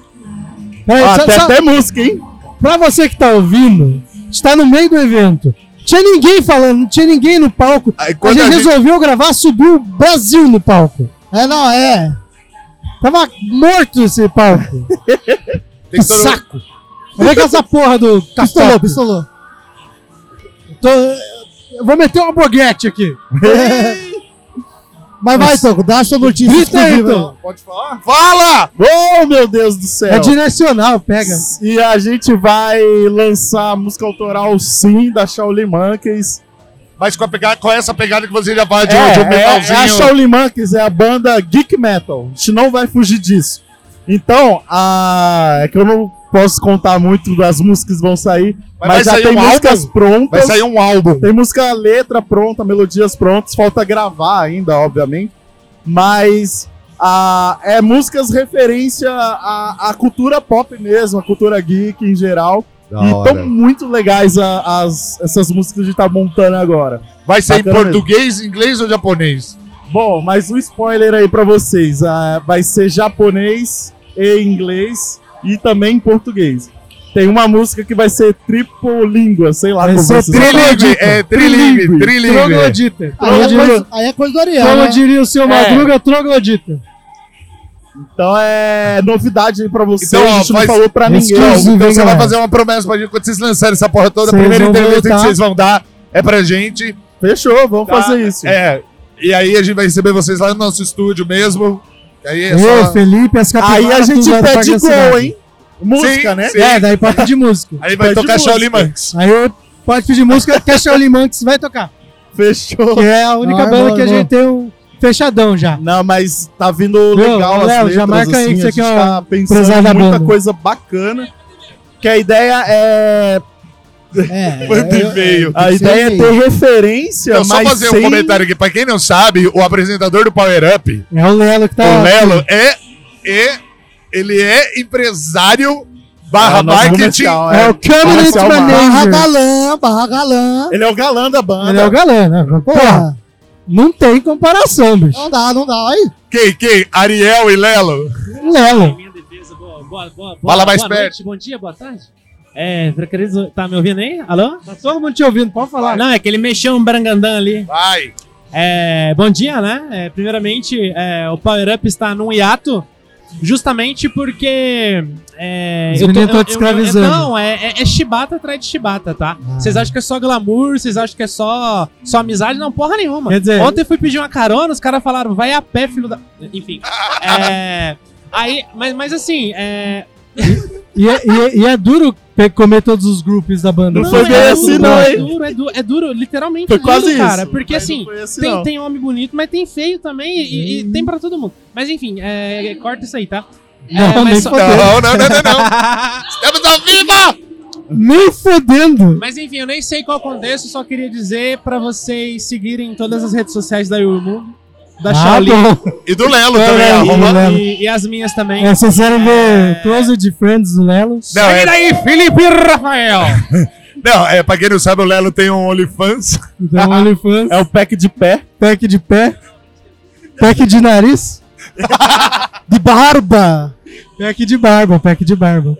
[SPEAKER 3] Peraí,
[SPEAKER 5] Ó,
[SPEAKER 3] só-
[SPEAKER 5] até,
[SPEAKER 3] só-
[SPEAKER 5] até música, hein?
[SPEAKER 3] Pra você que tá ouvindo, está no meio do evento. Tinha ninguém falando, não tinha ninguém no palco.
[SPEAKER 1] Aí
[SPEAKER 3] A
[SPEAKER 1] quando
[SPEAKER 3] gente
[SPEAKER 1] a gente-
[SPEAKER 3] resolveu gravar, subiu o Brasil no palco.
[SPEAKER 4] É, não, é.
[SPEAKER 3] Tava morto esse palco.
[SPEAKER 1] tem todo-
[SPEAKER 3] Saco. Olha que é essa porra do
[SPEAKER 4] Pistolou,
[SPEAKER 3] castopo.
[SPEAKER 4] pistolou.
[SPEAKER 3] Tô- Eu vou meter uma boguete aqui.
[SPEAKER 4] Mas vai, Toco, dá a sua notícia.
[SPEAKER 3] Grita aí,
[SPEAKER 4] exclusiva.
[SPEAKER 3] então.
[SPEAKER 5] Pode falar?
[SPEAKER 1] Fala!
[SPEAKER 5] Oh, meu Deus do céu!
[SPEAKER 3] É direcional, pega.
[SPEAKER 5] E a gente vai lançar a música autoral, sim, da Shaolin Monkeys.
[SPEAKER 1] Mas com, a pegada, com essa pegada que você já fala de, um- de
[SPEAKER 5] é,
[SPEAKER 1] um metalzinho.
[SPEAKER 5] é, a Shaolin Monkeys é a banda geek metal. A gente não vai fugir disso. Então, a... é que eu não posso contar muito das músicas que vão sair,
[SPEAKER 1] Mas
[SPEAKER 5] mas,
[SPEAKER 1] vai
[SPEAKER 5] já
[SPEAKER 1] sair
[SPEAKER 5] tem
[SPEAKER 1] um
[SPEAKER 5] músicas
[SPEAKER 1] álbum? Vai
[SPEAKER 5] prontas.
[SPEAKER 1] sair um álbum.
[SPEAKER 5] Tem música, letra pronta, melodias prontas, falta gravar ainda, obviamente. Mas a, é músicas referência à, à cultura pop mesmo, à cultura geek em geral. e estão muito legais a- as, essas músicas que a gente tá montando agora.
[SPEAKER 1] Vai ser em
[SPEAKER 5] Bacana
[SPEAKER 1] português, inglês ou japonês?
[SPEAKER 5] Bom, mas um spoiler aí pra vocês. ah, vai ser japonês e inglês e também em português. Tem uma música que vai ser tripolingua, sei lá
[SPEAKER 3] Vai
[SPEAKER 5] como
[SPEAKER 3] ser
[SPEAKER 5] vocês vão falar.
[SPEAKER 1] Trilingue, é trilingue, trilingue.
[SPEAKER 3] Troglodita.
[SPEAKER 6] Aí é,
[SPEAKER 5] Como
[SPEAKER 6] coisa, aí é coisa do Ariel.
[SPEAKER 3] Como
[SPEAKER 6] né?
[SPEAKER 3] diria o
[SPEAKER 5] É.
[SPEAKER 3] seu Madruga, troglodita.
[SPEAKER 5] Então é novidade pra vocês,
[SPEAKER 1] Então, ó,
[SPEAKER 5] a gente
[SPEAKER 1] faz-
[SPEAKER 5] não falou pra ninguém.
[SPEAKER 1] Então,
[SPEAKER 3] Exclusivo,
[SPEAKER 1] então
[SPEAKER 3] hein,
[SPEAKER 1] você vai
[SPEAKER 3] galera?
[SPEAKER 1] fazer uma promessa pra gente quando vocês lançarem essa porra toda. A
[SPEAKER 3] Vocês
[SPEAKER 1] primeira
[SPEAKER 3] vão
[SPEAKER 1] entrevista que
[SPEAKER 3] voltar.
[SPEAKER 1] vocês vão dar é pra gente.
[SPEAKER 5] Fechou, vamos
[SPEAKER 1] Tá,
[SPEAKER 5] fazer isso.
[SPEAKER 1] É. E aí a gente vai receber vocês lá no nosso estúdio mesmo. E aí é
[SPEAKER 3] Ô,
[SPEAKER 1] só...
[SPEAKER 3] Felipe, tá as
[SPEAKER 5] Aí a
[SPEAKER 3] capivaras
[SPEAKER 5] gente
[SPEAKER 3] tudo lá do Parque
[SPEAKER 5] pede
[SPEAKER 3] da Cidade.
[SPEAKER 5] gol, hein? Música,
[SPEAKER 1] Sim,
[SPEAKER 5] né?
[SPEAKER 1] sim.
[SPEAKER 3] É, daí pode pedir música.
[SPEAKER 1] Aí vai
[SPEAKER 5] Pede
[SPEAKER 1] tocar
[SPEAKER 5] música.
[SPEAKER 1] Shaolin Monks.
[SPEAKER 3] Aí eu- pode pedir música que a Shaolin Monks vai tocar.
[SPEAKER 5] Fechou.
[SPEAKER 3] Que é a única
[SPEAKER 6] Ah,
[SPEAKER 3] banda
[SPEAKER 6] boa,
[SPEAKER 3] que a
[SPEAKER 6] boa.
[SPEAKER 3] gente tem um fechadão já.
[SPEAKER 5] Não, mas tá vindo
[SPEAKER 3] Meu,
[SPEAKER 5] legal as
[SPEAKER 3] Léo,
[SPEAKER 5] letras,
[SPEAKER 3] já marca aí
[SPEAKER 5] assim,
[SPEAKER 3] que você
[SPEAKER 5] a gente
[SPEAKER 3] quer
[SPEAKER 5] tá
[SPEAKER 3] prezar
[SPEAKER 5] pensando
[SPEAKER 3] da
[SPEAKER 5] em muita
[SPEAKER 3] banda.
[SPEAKER 5] coisa bacana. Que a ideia é...
[SPEAKER 6] É,
[SPEAKER 1] Manda
[SPEAKER 6] eu-
[SPEAKER 1] e-mail.
[SPEAKER 5] A
[SPEAKER 6] Sim.
[SPEAKER 5] ideia é ter referência,
[SPEAKER 1] Então, só
[SPEAKER 5] mas
[SPEAKER 1] fazer
[SPEAKER 5] sem...
[SPEAKER 1] um comentário aqui. Pra quem não sabe, o apresentador do Power Up,
[SPEAKER 3] É o Lelo que tá.
[SPEAKER 1] o Lelo, é, é. Ele é empresário barra
[SPEAKER 5] É o nosso
[SPEAKER 1] marketing.
[SPEAKER 5] comercial,
[SPEAKER 3] é o Cabinet
[SPEAKER 5] Marcel Mar-
[SPEAKER 6] Barra
[SPEAKER 3] Manager.
[SPEAKER 6] galã, barra galã.
[SPEAKER 5] Ele é o galã da banda.
[SPEAKER 3] Ele é o galã, né? Porra,
[SPEAKER 6] Porra,
[SPEAKER 3] não tem comparação, bicho.
[SPEAKER 6] não dá, não dá. Aí,
[SPEAKER 1] Quem, quem? Ariel e Lelo?
[SPEAKER 3] Lelo.
[SPEAKER 7] minha defesa. Boa, boa, boa,
[SPEAKER 1] Fala mais
[SPEAKER 7] boa
[SPEAKER 1] perto.
[SPEAKER 7] noite, bom dia, boa tarde. É, pra querido, tá me ouvindo aí? Alô?
[SPEAKER 3] Tá todo mundo te ouvindo, pode falar.
[SPEAKER 7] Não, é aquele mexão brangandã ali.
[SPEAKER 1] Vai.
[SPEAKER 7] É, bom dia, né? É, primeiramente, é, o Power Up está num hiato justamente porque... É,
[SPEAKER 3] Os meninos tão te escravizando.
[SPEAKER 7] não, é, é, é chibata atrás de chibata, tá?
[SPEAKER 5] Ah.
[SPEAKER 7] Vocês acham que é só glamour, vocês acham que é só, só amizade? Não, porra nenhuma.
[SPEAKER 3] Quer dizer,
[SPEAKER 7] Ontem eu fui pedir uma carona, os caras falaram, vai a pé, filho da... Enfim. É, aí, mas, mas assim, é,
[SPEAKER 3] e, é- e é- e é duro pe- comer todos os grupos da banda.
[SPEAKER 5] Não foi bem
[SPEAKER 7] é
[SPEAKER 5] assim,
[SPEAKER 7] duro,
[SPEAKER 5] não,
[SPEAKER 7] é
[SPEAKER 5] hein?
[SPEAKER 7] duro, é duro, é duro, literalmente
[SPEAKER 5] Foi
[SPEAKER 7] duro,
[SPEAKER 5] quase
[SPEAKER 7] cara.
[SPEAKER 5] isso.
[SPEAKER 7] Porque
[SPEAKER 5] Mas não
[SPEAKER 7] assim,
[SPEAKER 5] foi assim,
[SPEAKER 7] tem,
[SPEAKER 5] não.
[SPEAKER 7] tem homem bonito, mas tem feio também e, e
[SPEAKER 3] Hum.
[SPEAKER 7] tem pra todo mundo. Mas enfim, é, é, corta isso aí, tá?
[SPEAKER 3] Não,
[SPEAKER 7] É,
[SPEAKER 3] nem
[SPEAKER 7] mas, só-
[SPEAKER 4] tá.
[SPEAKER 1] Não, não, não, não, não. Estamos ao vivo!
[SPEAKER 3] Nem fodendo.
[SPEAKER 7] mas enfim, eu nem sei qual contexto, só queria dizer pra vocês seguirem todas as redes sociais da Yurmundo, da
[SPEAKER 6] Ah,
[SPEAKER 7] Shaolin
[SPEAKER 3] Ah, bom.
[SPEAKER 1] E do Lelo
[SPEAKER 3] Não,
[SPEAKER 1] também,
[SPEAKER 3] não,
[SPEAKER 1] arroba.
[SPEAKER 3] não.
[SPEAKER 7] e, e as minhas também.
[SPEAKER 3] É, vocês querem
[SPEAKER 7] É.
[SPEAKER 3] ver Close de Friends do Lelo?
[SPEAKER 1] Não, é-
[SPEAKER 7] Segue daí, Felipe Rafael!
[SPEAKER 1] Não, é, pra quem não sabe, o Lelo tem um OnlyFans.
[SPEAKER 3] Então, OnlyFans,
[SPEAKER 5] É o pack de pé.
[SPEAKER 3] pack de pé, pack de nariz,
[SPEAKER 6] de barba.
[SPEAKER 3] pack de barba, pack de barba.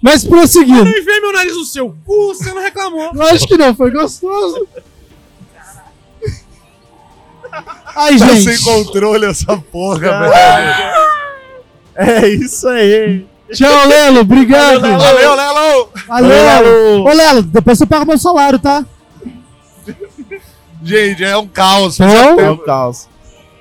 [SPEAKER 3] Mas prosseguindo.
[SPEAKER 7] Eu enfiei meu nariz no seu cu, você não reclamou.
[SPEAKER 3] Lógico que não, foi gostoso.
[SPEAKER 6] Aí,
[SPEAKER 1] Tá
[SPEAKER 6] gente.
[SPEAKER 1] sem controle essa porra, velho.
[SPEAKER 5] É isso aí.
[SPEAKER 3] Tchau, Lelo, obrigado.
[SPEAKER 1] Valeu, Lelo!
[SPEAKER 6] Valeu. Ô, Lelo, depois você paga meu salário, tá?
[SPEAKER 1] Gente, é um caos.
[SPEAKER 3] Então,
[SPEAKER 5] É o caos.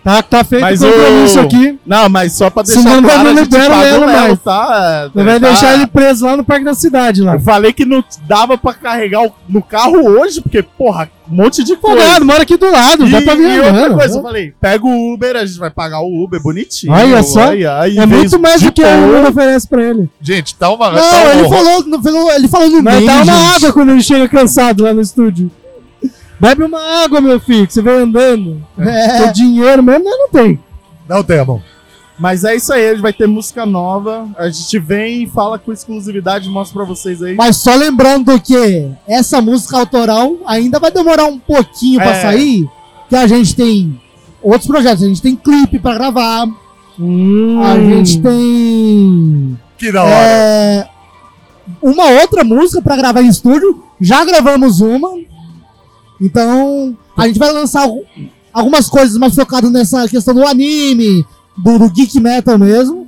[SPEAKER 3] tá, tá feito
[SPEAKER 5] Mas
[SPEAKER 3] o compromisso
[SPEAKER 5] o-
[SPEAKER 3] aqui.
[SPEAKER 5] Não, mas só pra deixar
[SPEAKER 3] não, não
[SPEAKER 5] claro, a gente
[SPEAKER 3] libera o
[SPEAKER 5] pagou
[SPEAKER 3] Lelo
[SPEAKER 5] o Lelo,
[SPEAKER 3] mais.
[SPEAKER 5] tá?
[SPEAKER 3] Você vai
[SPEAKER 5] Tá.
[SPEAKER 3] deixar ele preso lá no Parque da Cidade, lá.
[SPEAKER 5] Eu falei que não dava pra carregar o- no carro hoje, porque, porra, um monte de coisa.
[SPEAKER 3] Folgado, mora aqui do lado, tá
[SPEAKER 5] e,
[SPEAKER 3] dá pra vir
[SPEAKER 5] e outra coisa, eu
[SPEAKER 3] andando.
[SPEAKER 5] falei, pega o Uber, a gente vai pagar o Uber bonitinho.
[SPEAKER 3] Olha só.
[SPEAKER 5] aí, aí
[SPEAKER 3] É
[SPEAKER 5] vem
[SPEAKER 3] muito mais
[SPEAKER 5] de
[SPEAKER 3] do que o
[SPEAKER 5] boa.
[SPEAKER 3] mundo oferece pra ele.
[SPEAKER 1] Gente, tá uma. tá
[SPEAKER 6] Não,
[SPEAKER 4] é-
[SPEAKER 1] um
[SPEAKER 6] ele
[SPEAKER 1] horror.
[SPEAKER 6] falou, não falou, ele falou no
[SPEAKER 3] Mas
[SPEAKER 6] meio,
[SPEAKER 3] dá uma
[SPEAKER 6] gente.
[SPEAKER 3] tá água quando ele chega cansado lá no estúdio. Bebe uma água, meu filho, que você vai andando.
[SPEAKER 6] É.
[SPEAKER 3] Seu dinheiro mesmo né, não tem.
[SPEAKER 1] Não, Demon.
[SPEAKER 5] Mas é isso aí, a gente vai ter música nova. A gente vem e fala com exclusividade, mostra pra vocês aí.
[SPEAKER 6] Mas só lembrando que essa música autoral ainda vai demorar um pouquinho pra
[SPEAKER 5] É.
[SPEAKER 6] sair, que a gente tem outros projetos, a gente tem clipe pra gravar, a gente tem
[SPEAKER 1] Que da hora.
[SPEAKER 6] é, uma outra música pra gravar em estúdio, já gravamos uma, então a gente vai lançar algu- algumas coisas mais focadas nessa questão do anime, do, do geek metal mesmo,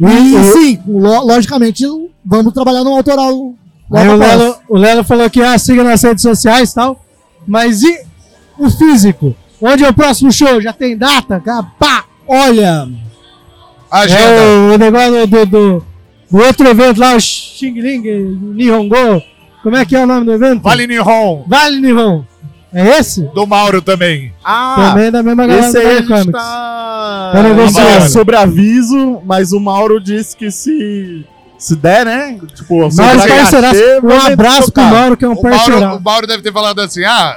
[SPEAKER 6] e sim, lo- logicamente vamos trabalhar no autoral. logo
[SPEAKER 3] Aí o
[SPEAKER 6] após.
[SPEAKER 3] Lelo, o Lelo falou que ah, siga nas redes sociais e tal. Mas e o físico? Onde é o próximo show? Já tem data? Pá!
[SPEAKER 6] Olha,
[SPEAKER 1] Agenda.
[SPEAKER 3] É o, o negócio do, do, do outro evento lá, o Xing Ling, Nihongo. Como é que é o nome do evento?
[SPEAKER 1] Vale Nihon.
[SPEAKER 3] Vale Nihon. É esse?
[SPEAKER 1] Do Mauro também.
[SPEAKER 5] Ah,
[SPEAKER 3] Também é da mesma galera
[SPEAKER 5] esse
[SPEAKER 3] do
[SPEAKER 5] aí a
[SPEAKER 3] Vale
[SPEAKER 5] gente
[SPEAKER 3] Comics.
[SPEAKER 5] tá...
[SPEAKER 3] Tá negociando.
[SPEAKER 5] Ah, sobre aviso, mas o Mauro disse que se... Se der, né? Tipo,
[SPEAKER 3] Nós
[SPEAKER 5] sobrar
[SPEAKER 3] parceiraço.
[SPEAKER 5] cachê,
[SPEAKER 3] Um
[SPEAKER 5] vamos
[SPEAKER 3] abraço pro
[SPEAKER 5] tocar.
[SPEAKER 3] Mauro, que é um
[SPEAKER 1] O Mauro, o
[SPEAKER 3] parceirão.
[SPEAKER 1] Mauro deve ter falado assim: ah.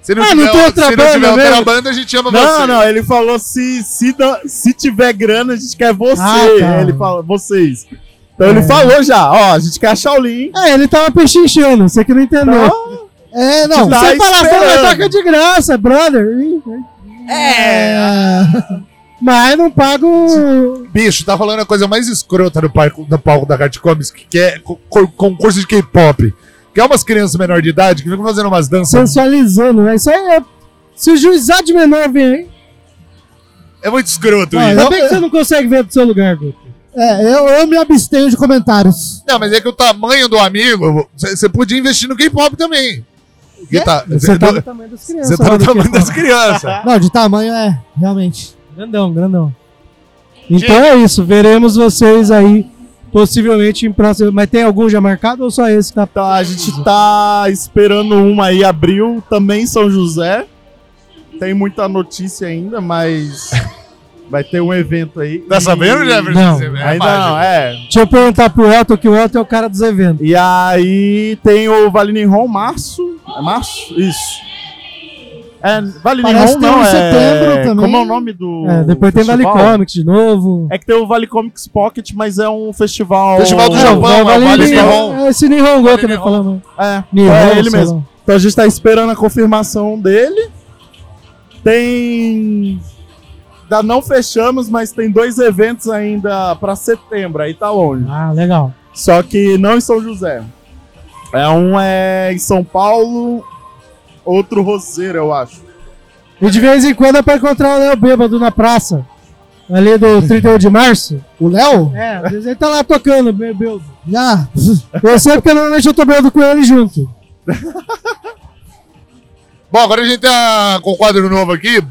[SPEAKER 1] Se não
[SPEAKER 3] Ah,
[SPEAKER 1] tiver,
[SPEAKER 3] não tem outra
[SPEAKER 1] se não
[SPEAKER 3] banda
[SPEAKER 1] tiver outra
[SPEAKER 3] mesmo?
[SPEAKER 1] banda, a gente chama
[SPEAKER 5] Não,
[SPEAKER 1] você.
[SPEAKER 5] não, ele falou se, se, dá- se tiver grana, a gente quer você.
[SPEAKER 3] Ah, tá.
[SPEAKER 5] Ele falou, vocês. Então ele falou já, ó, a gente quer a Shaolin.
[SPEAKER 3] É, ele tava pechinchando, você que não entendeu.
[SPEAKER 5] Então,
[SPEAKER 6] é, não.
[SPEAKER 5] Tá
[SPEAKER 3] Sem falar, você vai
[SPEAKER 5] esperando.
[SPEAKER 3] toca de graça, brother. Ih,
[SPEAKER 6] É.
[SPEAKER 3] Mas não pago.
[SPEAKER 1] Bicho, tá rolando a coisa mais escrota no palco, no palco da Hard Comics, que é co- co- concurso de K-pop. Que é umas crianças menor de idade que ficam fazendo umas danças.
[SPEAKER 3] sensualizando, né? Isso aí é. Se o juizado de menor vem aí.
[SPEAKER 1] É muito escroto isso.
[SPEAKER 3] Ainda bem que você não consegue ver do seu lugar, Guto.
[SPEAKER 4] É, eu, eu me abstenho de comentários.
[SPEAKER 1] Não, mas é que o tamanho do amigo, você podia investir no K-pop também. Você tá,
[SPEAKER 3] Você
[SPEAKER 1] cê
[SPEAKER 3] tá
[SPEAKER 1] tá,
[SPEAKER 3] no tamanho das crianças.
[SPEAKER 1] cê tá
[SPEAKER 3] lá
[SPEAKER 1] no
[SPEAKER 3] do
[SPEAKER 1] tamanho
[SPEAKER 3] K-pop.
[SPEAKER 1] das crianças.
[SPEAKER 4] Não, de tamanho é, realmente.
[SPEAKER 3] Grandão, grandão. Então é isso, veremos vocês aí, possivelmente em próximo. Mas tem algum já marcado ou só esse que tá?
[SPEAKER 5] Então a gente tá esperando uma aí, abril, também em São José. Tem muita notícia ainda, mas vai ter um evento aí.
[SPEAKER 1] Tá sabendo,
[SPEAKER 5] E-
[SPEAKER 1] Jefferson?
[SPEAKER 3] Não,
[SPEAKER 1] Cê- é
[SPEAKER 5] Ainda
[SPEAKER 1] mágico.
[SPEAKER 5] não, é.
[SPEAKER 3] Deixa eu perguntar pro Elton, que o Elton é o cara dos eventos.
[SPEAKER 5] E aí tem o Valinimron março. É março? Isso. É,
[SPEAKER 4] Parece
[SPEAKER 5] Valinimron
[SPEAKER 4] que tem
[SPEAKER 5] não,
[SPEAKER 4] um
[SPEAKER 5] é...
[SPEAKER 4] em setembro também.
[SPEAKER 5] Como é o nome do
[SPEAKER 3] É, depois tem Vale
[SPEAKER 5] festival?
[SPEAKER 3] Comics de novo.
[SPEAKER 5] É que tem o Vale Comics Pocket, mas é um festival...
[SPEAKER 1] Festival do
[SPEAKER 5] é,
[SPEAKER 1] Japão, é o Vale Nihon.
[SPEAKER 3] É esse Nihongo também
[SPEAKER 1] Nihon.
[SPEAKER 3] falando.
[SPEAKER 5] É,
[SPEAKER 3] Nihon,
[SPEAKER 5] é ele
[SPEAKER 3] sei
[SPEAKER 5] mesmo.
[SPEAKER 3] lá.
[SPEAKER 5] Então a gente tá esperando a confirmação dele. Tem. Ainda não fechamos, mas tem dois eventos ainda pra setembro, aí tá longe.
[SPEAKER 3] Ah, legal.
[SPEAKER 5] Só que não em São José. É um é em São Paulo, outro Roseiro, eu acho.
[SPEAKER 3] E de vez em quando é pra encontrar o Léo Bêbado na praça. Ali do 31 de março.
[SPEAKER 4] O Léo?
[SPEAKER 3] É, às vezes ele tá lá tocando, bebeu.
[SPEAKER 4] Ah,
[SPEAKER 3] Eu sei porque normalmente eu tô bebendo com ele junto.
[SPEAKER 1] Bom, agora a gente tá com o quadro novo aqui.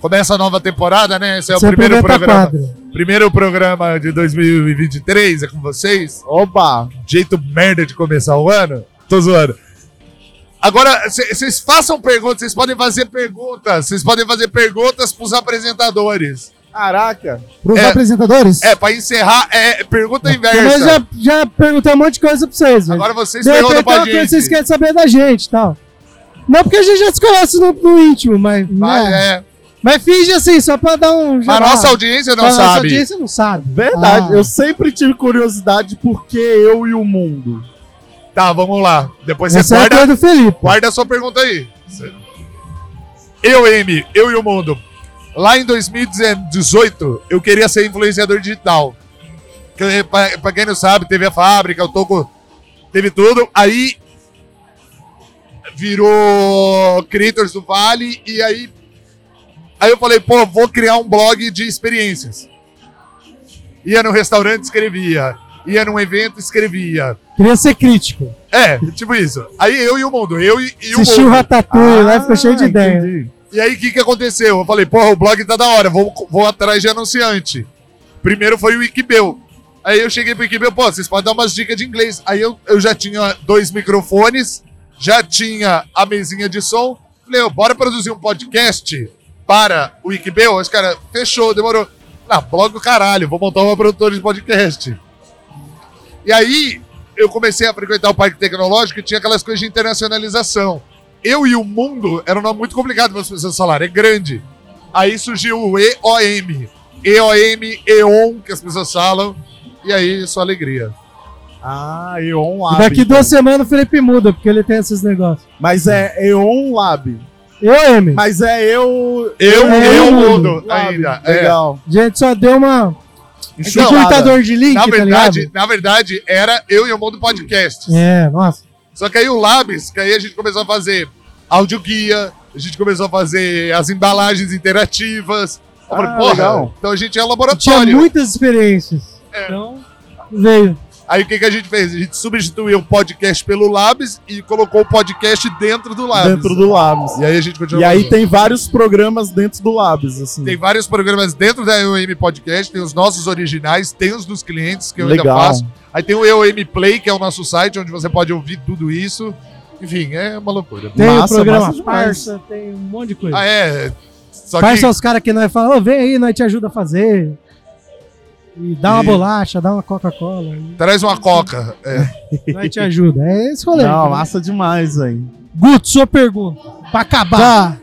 [SPEAKER 1] Começa a nova temporada, né? Esse é o
[SPEAKER 3] Esse é o
[SPEAKER 1] primeiro
[SPEAKER 3] primeiro
[SPEAKER 1] programa.
[SPEAKER 3] quadro.
[SPEAKER 1] Primeiro programa de 2023 é com vocês.
[SPEAKER 5] Opa!
[SPEAKER 1] Jeito merda de começar o ano. Tô zoando. Agora, vocês façam perguntas, vocês podem fazer perguntas. Vocês podem fazer perguntas pros apresentadores.
[SPEAKER 5] Caraca!
[SPEAKER 4] pros
[SPEAKER 1] É.
[SPEAKER 4] apresentadores?
[SPEAKER 1] É, pra encerrar, é pergunta
[SPEAKER 3] Mas
[SPEAKER 1] inversa.
[SPEAKER 3] já, já perguntei um monte de coisa pra vocês. velho.
[SPEAKER 1] Agora vocês
[SPEAKER 3] de repente
[SPEAKER 1] perguntam
[SPEAKER 3] é uma
[SPEAKER 1] pra
[SPEAKER 3] coisa que vocês
[SPEAKER 1] gente.
[SPEAKER 3] querem saber da gente e tal. Não porque a gente já se conhece no, no íntimo, mas.
[SPEAKER 1] Mas,
[SPEAKER 3] né?
[SPEAKER 1] é,
[SPEAKER 3] Mas finge assim, só pra dar um.
[SPEAKER 1] a nossa audiência não
[SPEAKER 3] A nossa
[SPEAKER 1] sabe.
[SPEAKER 3] audiência não sabe.
[SPEAKER 5] Verdade,
[SPEAKER 4] Ah.
[SPEAKER 5] eu sempre tive curiosidade por que eu e o mundo.
[SPEAKER 1] Tá, vamos lá. Depois você
[SPEAKER 3] Essa é a
[SPEAKER 1] guarda
[SPEAKER 3] coisa do Felipe.
[SPEAKER 1] Guarda a sua pergunta aí. Eu, M, eu e o mundo. Lá em 2018, eu queria ser influenciador digital. Que, Pra pra quem não sabe, teve a fábrica, o Toco teve tudo. Aí virou Creators do Vale e aí aí eu falei, pô, vou criar um blog de experiências. Ia no restaurante, escrevia. Ia num evento, escrevia.
[SPEAKER 3] Queria ser crítico.
[SPEAKER 1] É, tipo isso. Aí eu e o mundo, eu e, e o
[SPEAKER 3] Assistiu o
[SPEAKER 1] mundo.
[SPEAKER 3] Ratatouille lá, ficou cheio de
[SPEAKER 5] Ah,
[SPEAKER 3] ideia.
[SPEAKER 5] entendi.
[SPEAKER 1] E aí o que, que aconteceu? Eu falei, porra, o blog tá da hora, vou, vou atrás de anunciante. Primeiro foi o Ikebeu. Aí eu cheguei pro Ikebeu, pô, vocês podem dar umas dicas de inglês. Aí eu, eu já tinha dois microfones, já tinha a mesinha de som. Falei, ô, bora produzir um podcast para o Ikebeu? Os caras, fechou, demorou. Ah, blog o caralho, vou montar uma produtora de podcast. E aí eu comecei a frequentar o Parque Tecnológico e tinha aquelas coisas de internacionalização. Eu e o Mundo era um nome muito complicado para as pessoas falarem, é grande. Aí surgiu o EOM. EOM, EON, que as pessoas falam. E aí, só alegria.
[SPEAKER 5] Ah, Eon
[SPEAKER 3] E
[SPEAKER 5] Lab.
[SPEAKER 3] daqui duas semanas o Felipe muda, porque ele tem esses negócios.
[SPEAKER 5] Mas é Eon Lab.
[SPEAKER 3] Eu, M.
[SPEAKER 5] Mas é eu.
[SPEAKER 1] Eu,
[SPEAKER 3] É,
[SPEAKER 1] eu,
[SPEAKER 3] eu,
[SPEAKER 1] mundo,
[SPEAKER 5] Mundo.
[SPEAKER 1] ainda. é.
[SPEAKER 5] Legal.
[SPEAKER 3] Gente, só deu uma.
[SPEAKER 1] Então,
[SPEAKER 3] um cortador de link,
[SPEAKER 1] na,
[SPEAKER 3] tá
[SPEAKER 1] verdade,
[SPEAKER 3] ligado?
[SPEAKER 1] na verdade, era eu e o Mundo Podcast.
[SPEAKER 3] É, nossa.
[SPEAKER 1] Só que aí o Labs, que aí a gente começou a fazer audioguia, a gente começou a fazer as embalagens interativas. Eu falei,
[SPEAKER 5] Ah,
[SPEAKER 1] porra,
[SPEAKER 5] legal.
[SPEAKER 1] então a gente é
[SPEAKER 3] Tinha
[SPEAKER 1] laboratório.
[SPEAKER 3] muitas experiências.
[SPEAKER 5] É.
[SPEAKER 3] Então, veio.
[SPEAKER 1] Aí o que, que a gente fez? A gente substituiu o podcast pelo Labs e colocou o podcast dentro do Labs.
[SPEAKER 5] Dentro do Labs.
[SPEAKER 1] E aí a gente continua.
[SPEAKER 5] E aí
[SPEAKER 1] fazendo.
[SPEAKER 5] tem vários programas dentro do Labs, assim.
[SPEAKER 1] Tem vários programas dentro da EOM Podcast, tem os nossos originais, tem os dos clientes que eu ainda
[SPEAKER 5] Legal.
[SPEAKER 1] faço. Aí tem o EOM Play, que é o nosso site, onde você pode ouvir tudo isso. Enfim, é uma loucura.
[SPEAKER 3] Tem
[SPEAKER 5] Massa,
[SPEAKER 3] o programa
[SPEAKER 5] massa demais.
[SPEAKER 3] Parça, tem um monte de coisa.
[SPEAKER 1] Ah, é. Só que
[SPEAKER 3] Parça é os caras que nós falamos, ô, vem aí, nós te ajuda a fazer. E dá uma
[SPEAKER 1] E-
[SPEAKER 3] bolacha, dá uma Coca-Cola.
[SPEAKER 1] traz uma coca. É.
[SPEAKER 3] e Nós te ajuda. É esse rolê.
[SPEAKER 5] Não, massa demais, velho.
[SPEAKER 3] Guto, sua pergunta. Pra acabar.
[SPEAKER 4] Tá.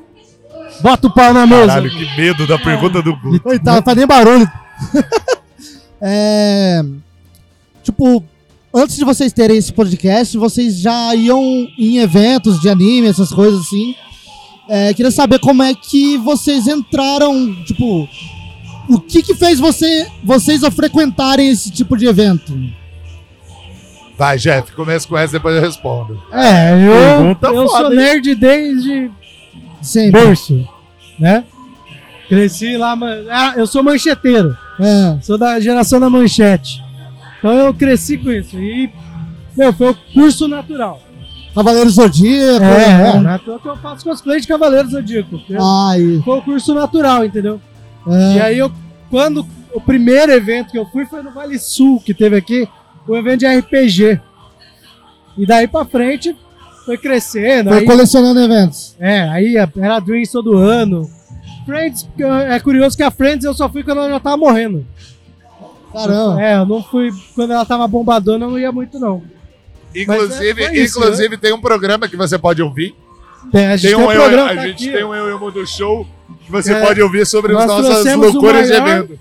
[SPEAKER 3] Bota o pau na mesa.
[SPEAKER 1] Caralho, que medo da pergunta do Guto.
[SPEAKER 4] Coitado, faz nem barulho. é, tipo, antes de vocês terem esse podcast, vocês já iam em eventos de anime, essas coisas assim. É, queria saber como é que vocês entraram, tipo, O que que fez você, vocês a frequentarem esse tipo de evento?
[SPEAKER 1] Vai, Jeff, começa com essa, depois eu respondo.
[SPEAKER 3] É, eu,
[SPEAKER 5] Pergunta
[SPEAKER 3] eu
[SPEAKER 5] foda,
[SPEAKER 3] sou
[SPEAKER 5] hein?
[SPEAKER 3] nerd desde
[SPEAKER 4] Sempre.
[SPEAKER 3] berço, né? Cresci lá, man- ah, eu sou mancheteiro,
[SPEAKER 4] É.
[SPEAKER 3] sou da geração da manchete. Então eu cresci com isso e meu, foi o curso natural.
[SPEAKER 4] Cavaleiro Zodíaco.
[SPEAKER 3] É, é,
[SPEAKER 4] né?
[SPEAKER 3] natural que eu faço cosplay de Cavaleiro Zodíaco. porque
[SPEAKER 4] Ai,
[SPEAKER 3] Foi o curso natural, entendeu?
[SPEAKER 4] é.
[SPEAKER 3] E aí eu, quando o primeiro evento que eu fui foi no Vale Sul, que teve aqui, o evento de RPG. E daí pra frente foi crescendo.
[SPEAKER 4] Foi
[SPEAKER 3] aí-
[SPEAKER 4] colecionando eventos.
[SPEAKER 3] É, aí a- era a Dreams todo ano. Friends, porque eu- é curioso que a Friends eu só fui quando ela já tava morrendo.
[SPEAKER 4] Caramba.
[SPEAKER 3] É, eu não fui quando ela tava bombadona, eu não ia muito não.
[SPEAKER 1] Inclusive,
[SPEAKER 3] Mas é- foi isso,
[SPEAKER 1] inclusive tem um programa que você pode ouvir.
[SPEAKER 3] Tem, a gente
[SPEAKER 1] Tem
[SPEAKER 3] tem,
[SPEAKER 1] um,
[SPEAKER 3] um
[SPEAKER 1] eu,
[SPEAKER 3] programa
[SPEAKER 1] a
[SPEAKER 3] tá
[SPEAKER 1] gente
[SPEAKER 3] aqui,
[SPEAKER 1] tem um Eu Eu Mundo Show que você
[SPEAKER 3] É.
[SPEAKER 1] pode ouvir sobre as
[SPEAKER 3] Nós
[SPEAKER 1] nossas
[SPEAKER 3] trouxemos o
[SPEAKER 1] loucuras de
[SPEAKER 3] maior-
[SPEAKER 1] evento.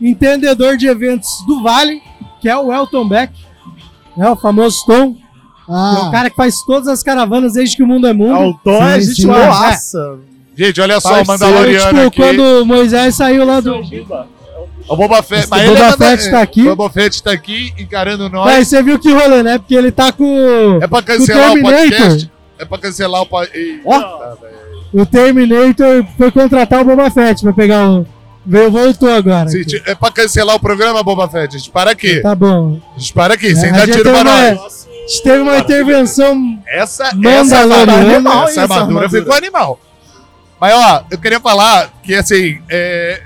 [SPEAKER 3] entendedor de eventos do Vale, que é o Elton Beck, né, o famoso Tom, que é o
[SPEAKER 4] Ah,
[SPEAKER 3] cara que faz todas as caravanas desde que o mundo é mundo.
[SPEAKER 5] Alton, a
[SPEAKER 3] Sim,
[SPEAKER 5] gente
[SPEAKER 3] sim.
[SPEAKER 5] nossa.
[SPEAKER 1] Gente, olha só o
[SPEAKER 5] Parceiro,
[SPEAKER 1] Mandaloriano
[SPEAKER 3] Tipo,
[SPEAKER 1] aqui.
[SPEAKER 3] quando o Moisés saiu lá do.
[SPEAKER 1] O Boba Fett.
[SPEAKER 3] O Boba
[SPEAKER 1] manda-
[SPEAKER 3] Fett tá aqui.
[SPEAKER 1] O Boba Fett tá aqui encarando nós.
[SPEAKER 3] Mas você viu que rolê, né? Porque ele tá com
[SPEAKER 1] É pra cancelar o
[SPEAKER 3] Terminator.
[SPEAKER 1] podcast. É pra cancelar o Tá, podcast.
[SPEAKER 3] o Terminator, foi contratar o Boba Fett pra pegar o. Veio, voltou agora. aqui.
[SPEAKER 1] É pra cancelar o programa, Boba Fett. A gente para aqui.
[SPEAKER 3] Tá bom.
[SPEAKER 1] A gente para aqui, sem
[SPEAKER 3] É,
[SPEAKER 1] dar
[SPEAKER 3] a gente
[SPEAKER 1] tiro
[SPEAKER 3] tem
[SPEAKER 1] pra
[SPEAKER 3] uma-
[SPEAKER 1] nós.
[SPEAKER 3] A gente teve uma intervenção.
[SPEAKER 1] Essa, essa
[SPEAKER 3] Mandaloriano.
[SPEAKER 1] armadura, é
[SPEAKER 5] Animal,
[SPEAKER 1] essa
[SPEAKER 5] essa
[SPEAKER 1] armadura
[SPEAKER 5] armadura.
[SPEAKER 1] ficou animal. Mas ó, eu queria falar que assim, é,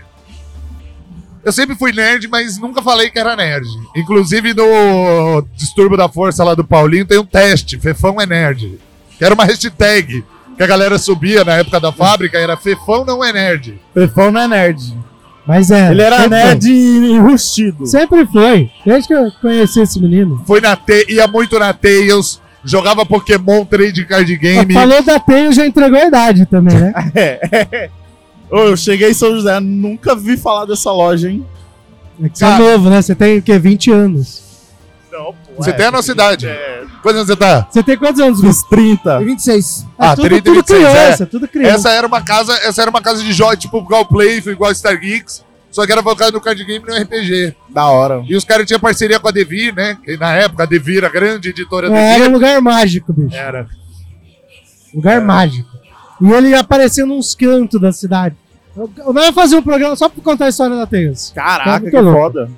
[SPEAKER 1] eu sempre fui nerd, mas nunca falei que era nerd. Inclusive no Disturbo da Força lá do Paulinho tem um teste, Fefão é nerd. Que era uma hashtag que a galera subia na época da fábrica, era Fefão não é nerd.
[SPEAKER 5] Pefão não é nerd.
[SPEAKER 3] Mas é.
[SPEAKER 5] Ele era
[SPEAKER 3] sempre
[SPEAKER 5] nerd enrustido.
[SPEAKER 3] foi. Sempre foi. Desde que eu conheci esse menino.
[SPEAKER 1] Foi na T, ia muito na Tails, jogava Pokémon, trade card game.
[SPEAKER 3] Falou da Tails, já entregou a idade também, né?
[SPEAKER 5] Ô, eu cheguei em São José, nunca vi falar dessa loja, hein?
[SPEAKER 3] É que você é
[SPEAKER 1] Cara.
[SPEAKER 3] novo, né? Você tem o quê? 20 anos.
[SPEAKER 5] Não, pô.
[SPEAKER 1] Você tem a nossa idade. Quantos anos você tá?
[SPEAKER 3] Você tem quantos anos, Gus?
[SPEAKER 5] Dos 30.
[SPEAKER 4] 26.
[SPEAKER 3] É
[SPEAKER 1] Ah,
[SPEAKER 3] tudo,
[SPEAKER 1] 30,
[SPEAKER 3] tudo
[SPEAKER 1] 26,
[SPEAKER 3] criança, tudo criança.
[SPEAKER 1] Essa era uma casa, essa era uma casa de jogos, tipo igual Play, igual Star Geeks, só que era focado no card game e no RPG.
[SPEAKER 5] Da hora.
[SPEAKER 1] E os caras tinham parceria com a Devir, né? Que na época a Devir era a grande editora do
[SPEAKER 3] É, era um
[SPEAKER 1] Devir.
[SPEAKER 3] lugar mágico, bicho.
[SPEAKER 1] Era.
[SPEAKER 3] Lugar mágico. E ele ia aparecendo uns cantos da cidade. Eu, eu não ia fazer um programa só pra contar a história da Tails.
[SPEAKER 5] Caraca,
[SPEAKER 3] Tá
[SPEAKER 5] que
[SPEAKER 3] muito
[SPEAKER 5] foda.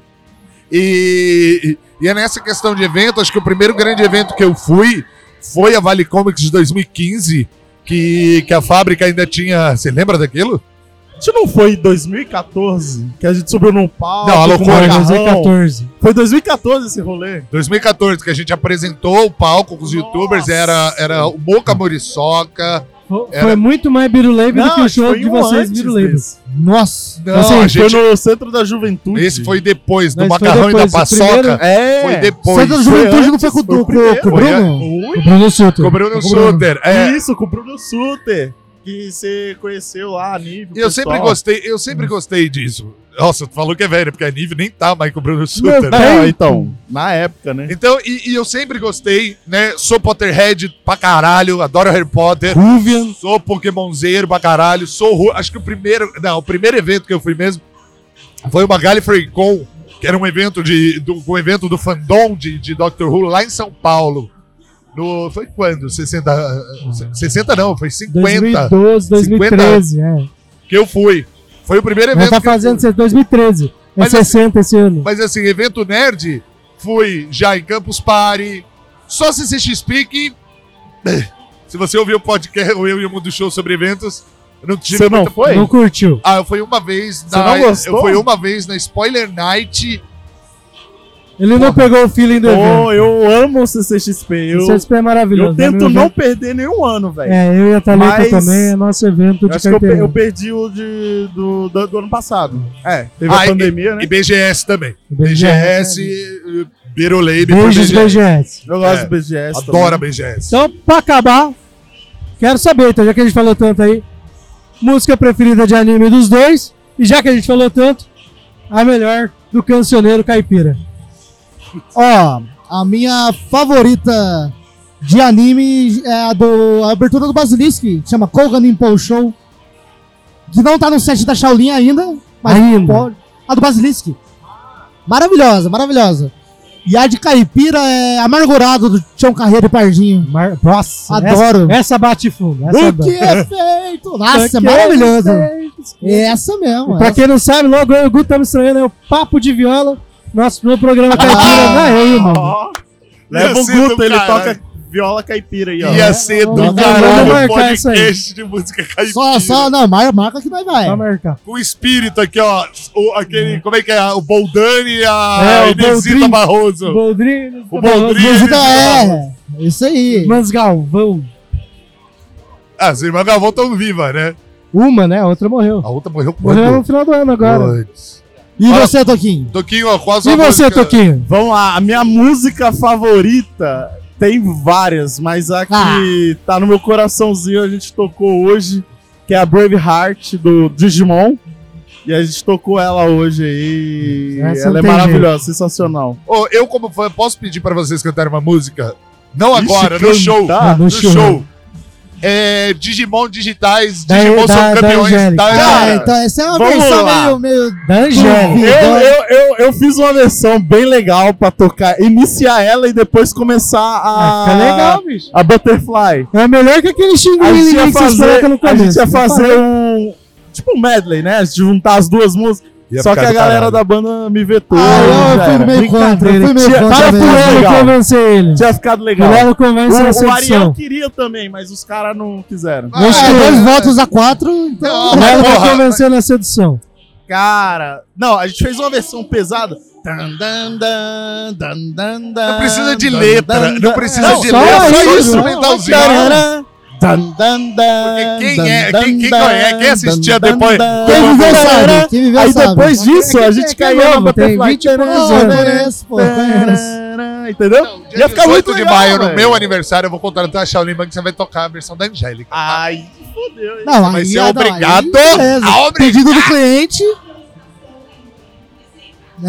[SPEAKER 1] E, e é nessa questão de evento, acho que o primeiro grande evento que eu fui foi a Vale Comics de 2015, que, que a fábrica ainda tinha. Você lembra daquilo?
[SPEAKER 5] A gente não foi em 2014 que a gente subiu num palco.
[SPEAKER 1] Não, a
[SPEAKER 5] com
[SPEAKER 1] loucura.
[SPEAKER 5] Um macarrão?
[SPEAKER 3] 2014.
[SPEAKER 5] Foi 2014 esse rolê.
[SPEAKER 1] 2014, que a gente apresentou o palco com os youtubers,
[SPEAKER 5] Nossa.
[SPEAKER 1] era, era o Boca Moriçoca.
[SPEAKER 3] Fo-
[SPEAKER 1] Era-
[SPEAKER 3] Foi muito mais Biruleibe do que o
[SPEAKER 5] acho que
[SPEAKER 3] show
[SPEAKER 5] foi
[SPEAKER 3] de
[SPEAKER 5] um
[SPEAKER 3] vocês,
[SPEAKER 5] antes
[SPEAKER 3] Biruleibe.
[SPEAKER 5] desse.
[SPEAKER 4] Nossa.
[SPEAKER 1] Não,
[SPEAKER 5] Assim,
[SPEAKER 1] a gente.
[SPEAKER 5] Foi no Centro da Juventude.
[SPEAKER 1] Esse foi depois, do
[SPEAKER 3] Mas foi
[SPEAKER 1] macarrão e
[SPEAKER 3] depois,
[SPEAKER 1] da
[SPEAKER 3] o
[SPEAKER 1] paçoca.
[SPEAKER 3] primeiro-
[SPEAKER 5] É.
[SPEAKER 1] Foi
[SPEAKER 4] Você
[SPEAKER 1] depois.
[SPEAKER 4] da juventude não foi com,
[SPEAKER 5] antes, foi o
[SPEAKER 4] com-
[SPEAKER 5] primeiro.
[SPEAKER 4] com o
[SPEAKER 1] Foi
[SPEAKER 4] Bruno?
[SPEAKER 5] Ui,
[SPEAKER 4] O Bruno Suter.
[SPEAKER 1] Com o Bruno Suter. É,
[SPEAKER 5] Isso, com o Bruno Suter. Que você conheceu lá, a Nive. o
[SPEAKER 1] E eu sempre
[SPEAKER 5] pessoal.
[SPEAKER 1] gostei, eu sempre gostei disso. Nossa, tu falou que é velho, porque a Nive nem tá mais com o Bruno
[SPEAKER 5] Não,
[SPEAKER 1] Suter. né?
[SPEAKER 5] não, então, na época, né?
[SPEAKER 1] Então, e, e eu sempre gostei, né? Sou Potterhead pra caralho, adoro Harry Potter.
[SPEAKER 4] Ruvian.
[SPEAKER 1] Sou Pokémonzeiro pra caralho. Sou. Ru- Acho que o primeiro. Não, o primeiro evento que eu fui mesmo foi uma Gallifrey Con, que era um evento de. Do, um evento do fandom de, de Doctor Who lá em São Paulo. No, foi quando? 60. ah, 60 não, foi 50
[SPEAKER 3] 2012, 2013. É.
[SPEAKER 1] que eu fui. Foi o primeiro
[SPEAKER 3] Mas
[SPEAKER 1] evento.
[SPEAKER 3] tá
[SPEAKER 1] que eu
[SPEAKER 3] fazendo isso, 2013. É
[SPEAKER 1] Mas
[SPEAKER 3] 60 esse ano.
[SPEAKER 1] Mas assim, evento nerd, fui já em Campus Party, só CCXP que... Se você ouviu o podcast, o Eu e o Mundo Show sobre eventos, eu não tive
[SPEAKER 5] Você não
[SPEAKER 1] muita-
[SPEAKER 5] foi?
[SPEAKER 3] Não curtiu.
[SPEAKER 1] Ah, eu fui uma vez
[SPEAKER 5] Você
[SPEAKER 1] na...
[SPEAKER 5] não gostou?
[SPEAKER 1] Eu fui uma vez na Spoiler Night.
[SPEAKER 3] Ele não pegou o feeling do evento.
[SPEAKER 5] Pô, eu amo o CCXP. Eu,
[SPEAKER 3] Isso é maravilhoso.
[SPEAKER 5] eu
[SPEAKER 3] né? Meu
[SPEAKER 5] tento não
[SPEAKER 3] evento-
[SPEAKER 5] perder nenhum ano, velho.
[SPEAKER 3] É, eu e a Thalita
[SPEAKER 5] Mas-
[SPEAKER 3] também, é nosso evento
[SPEAKER 5] Eu
[SPEAKER 3] de
[SPEAKER 5] Acho que eu,
[SPEAKER 3] carteira.
[SPEAKER 5] pe- eu perdi o de, do, do, do ano passado. É, teve
[SPEAKER 1] Ah,
[SPEAKER 5] a
[SPEAKER 1] e-
[SPEAKER 5] pandemia, né?
[SPEAKER 1] E BGS também.
[SPEAKER 3] BGS.
[SPEAKER 1] BGS, Birolei,
[SPEAKER 3] Beijos, BGS.
[SPEAKER 5] Eu gosto
[SPEAKER 1] é,
[SPEAKER 5] do BGS.
[SPEAKER 1] Adoro a BGS.
[SPEAKER 3] Então, pra acabar, quero saber, então, já que a gente falou tanto aí, música preferida de anime dos dois, e já que a gente falou tanto, a melhor do cancioneiro caipira.
[SPEAKER 4] Ó, a minha favorita de anime é a do a abertura do Basilisk, que chama Kogan Impulsion, que não tá no set da Shaolin ainda, mas
[SPEAKER 3] Ainda.
[SPEAKER 4] pode. a do Basilisk. Maravilhosa, maravilhosa. E a de caipira é amargurado do Tião Carreiro e Pardinho.
[SPEAKER 3] Mar... Nossa,
[SPEAKER 4] Adoro.
[SPEAKER 3] Essa, essa bate fundo. Essa
[SPEAKER 4] O que é feito? Nossa, é
[SPEAKER 3] que é
[SPEAKER 4] maravilhosa. É essa
[SPEAKER 3] E
[SPEAKER 4] mesmo.
[SPEAKER 3] pra
[SPEAKER 4] essa.
[SPEAKER 3] quem não sabe, logo eu e o Guto estamos estranhando é o Papo de Viola, nosso primeiro programa caipira.
[SPEAKER 1] Ah!
[SPEAKER 3] Não é eu, irmão.
[SPEAKER 5] Leva
[SPEAKER 1] Ia
[SPEAKER 5] o
[SPEAKER 1] ser do
[SPEAKER 5] Guto, ele
[SPEAKER 1] caralho. é
[SPEAKER 5] toca viola caipira aí, ó.
[SPEAKER 1] Ia ser do
[SPEAKER 3] Vamos
[SPEAKER 1] caralho o
[SPEAKER 3] marcar isso aí.
[SPEAKER 1] podcast de música caipira.
[SPEAKER 4] Só, só, não, mar- marca que nós vai.
[SPEAKER 3] Pra marcar.
[SPEAKER 1] O espírito aqui, ó. O, aquele, como é que é? O Boldani e a
[SPEAKER 3] É, o
[SPEAKER 1] Inesita
[SPEAKER 3] Boldrin.
[SPEAKER 1] Barroso.
[SPEAKER 3] Boldrini,
[SPEAKER 1] O Boldrini.
[SPEAKER 4] Música é. Isso aí.
[SPEAKER 3] Mans Galvão.
[SPEAKER 1] Ah, as irmãs Galvão estão vivas, né?
[SPEAKER 3] Uma, né? A outra morreu.
[SPEAKER 1] A tá outra morreu
[SPEAKER 3] Morreu no
[SPEAKER 1] quando?
[SPEAKER 3] final do ano agora.
[SPEAKER 1] Putz.
[SPEAKER 4] E
[SPEAKER 1] Fala.
[SPEAKER 4] você, Toquinho?
[SPEAKER 1] Toquinho, ó, qual a sua
[SPEAKER 3] E você,
[SPEAKER 1] música?
[SPEAKER 3] Toquinho?
[SPEAKER 5] Vamos lá, a minha música favorita tem várias, mas a que
[SPEAKER 3] Ah.
[SPEAKER 5] tá no meu coraçãozinho a gente tocou hoje, que é a Braveheart do Digimon. E a gente tocou ela hoje aí.
[SPEAKER 3] Essa
[SPEAKER 5] ela
[SPEAKER 3] não
[SPEAKER 5] é
[SPEAKER 3] tem
[SPEAKER 5] maravilhosa, sensacional.
[SPEAKER 1] Ô, eu, como fã, posso pedir pra vocês cantarem uma música? Não
[SPEAKER 5] Ixi,
[SPEAKER 1] agora, no
[SPEAKER 5] cantar?
[SPEAKER 1] show.
[SPEAKER 5] Ah,
[SPEAKER 1] no
[SPEAKER 3] no
[SPEAKER 1] show.
[SPEAKER 3] show.
[SPEAKER 1] É, Digimon digitais,
[SPEAKER 3] Da-
[SPEAKER 1] Digimon
[SPEAKER 3] da-
[SPEAKER 1] são
[SPEAKER 3] da
[SPEAKER 1] campeões.
[SPEAKER 3] Angélica.
[SPEAKER 1] Da,
[SPEAKER 4] Ah,
[SPEAKER 1] Angélica.
[SPEAKER 4] então essa é uma
[SPEAKER 5] vamos
[SPEAKER 4] versão
[SPEAKER 5] lá.
[SPEAKER 4] meio, meio
[SPEAKER 3] Da
[SPEAKER 5] Eu,
[SPEAKER 3] Angélica.
[SPEAKER 5] eu, eu, eu fiz uma versão bem legal pra tocar, iniciar ela e depois começar a.
[SPEAKER 3] Ah, fica legal, bicho.
[SPEAKER 5] A Butterfly.
[SPEAKER 3] É melhor que aquele
[SPEAKER 5] A gente
[SPEAKER 3] xinguinho
[SPEAKER 5] ia
[SPEAKER 3] que vocês colocam
[SPEAKER 5] fazer,
[SPEAKER 3] no
[SPEAKER 5] a
[SPEAKER 3] começo.
[SPEAKER 5] gente ia fazer um. Tipo um medley, né? De juntar as duas músicas.
[SPEAKER 8] Ia
[SPEAKER 5] Só que
[SPEAKER 8] ficar
[SPEAKER 5] a
[SPEAKER 8] do
[SPEAKER 5] galera
[SPEAKER 8] caralho.
[SPEAKER 5] da banda me vetou. né,
[SPEAKER 4] Ah, eu
[SPEAKER 5] já
[SPEAKER 4] fui
[SPEAKER 5] era.
[SPEAKER 4] meio contra, eu fui meio
[SPEAKER 5] Tinha-
[SPEAKER 4] contra.
[SPEAKER 5] tinha
[SPEAKER 3] Fala pro
[SPEAKER 4] mesmo.
[SPEAKER 5] fulano
[SPEAKER 3] Lelo
[SPEAKER 5] legal.
[SPEAKER 3] convencer ele.
[SPEAKER 5] Tinha ficado
[SPEAKER 3] O
[SPEAKER 5] legal.
[SPEAKER 3] Lelo convence a
[SPEAKER 5] O, o Ariel
[SPEAKER 3] sedução.
[SPEAKER 5] queria também, mas os caras não quiseram.
[SPEAKER 1] Ah,
[SPEAKER 4] É, dois
[SPEAKER 1] é.
[SPEAKER 4] votos a quatro, então.
[SPEAKER 1] Não,
[SPEAKER 3] O Lelo
[SPEAKER 1] porra.
[SPEAKER 3] vai convencer na sedução.
[SPEAKER 5] Cara, não, a gente fez uma versão pesada. Tan, dan, dan, dan, dan, dan,
[SPEAKER 1] Não precisa de
[SPEAKER 5] dan,
[SPEAKER 1] letra,
[SPEAKER 5] dan,
[SPEAKER 1] não
[SPEAKER 5] dan.
[SPEAKER 1] precisa
[SPEAKER 5] Não,
[SPEAKER 1] de
[SPEAKER 5] só
[SPEAKER 1] letra, só
[SPEAKER 5] isso.
[SPEAKER 1] instrumentalzinho.
[SPEAKER 5] Tarará, dan, dan, dan,
[SPEAKER 1] Porque quem
[SPEAKER 5] dan,
[SPEAKER 1] é-
[SPEAKER 5] dan,
[SPEAKER 1] quem- quem
[SPEAKER 5] dan,
[SPEAKER 1] conhece- quem assistia
[SPEAKER 5] dan,
[SPEAKER 1] depois-
[SPEAKER 5] dan,
[SPEAKER 4] Quem
[SPEAKER 5] dan,
[SPEAKER 4] viveu
[SPEAKER 5] dan,
[SPEAKER 4] sabe,
[SPEAKER 5] dan.
[SPEAKER 4] quem viveu
[SPEAKER 5] Aí
[SPEAKER 4] sabe.
[SPEAKER 5] depois disso, a gente
[SPEAKER 3] Quem é
[SPEAKER 5] caiu na
[SPEAKER 3] novo, tem
[SPEAKER 5] Butterfly.
[SPEAKER 3] 20 e poucos
[SPEAKER 5] Tarará,
[SPEAKER 4] Pô,
[SPEAKER 3] anos.
[SPEAKER 4] merece, pô, merece.
[SPEAKER 5] tarará, Entendeu?
[SPEAKER 1] Dia
[SPEAKER 5] Ia ficar
[SPEAKER 1] 18
[SPEAKER 5] muito
[SPEAKER 1] de
[SPEAKER 5] legal,
[SPEAKER 1] maio, no
[SPEAKER 5] velho.
[SPEAKER 1] meu aniversário, eu vou contratar a Shaolin Bank, você vai tocar a versão da Angélica.
[SPEAKER 5] Ai, fodeu. hein?
[SPEAKER 4] Não,
[SPEAKER 1] Vai
[SPEAKER 4] aí
[SPEAKER 1] ser
[SPEAKER 4] é da-
[SPEAKER 1] obrigado
[SPEAKER 4] aí beleza.
[SPEAKER 1] a obri-
[SPEAKER 4] Pedido do cliente.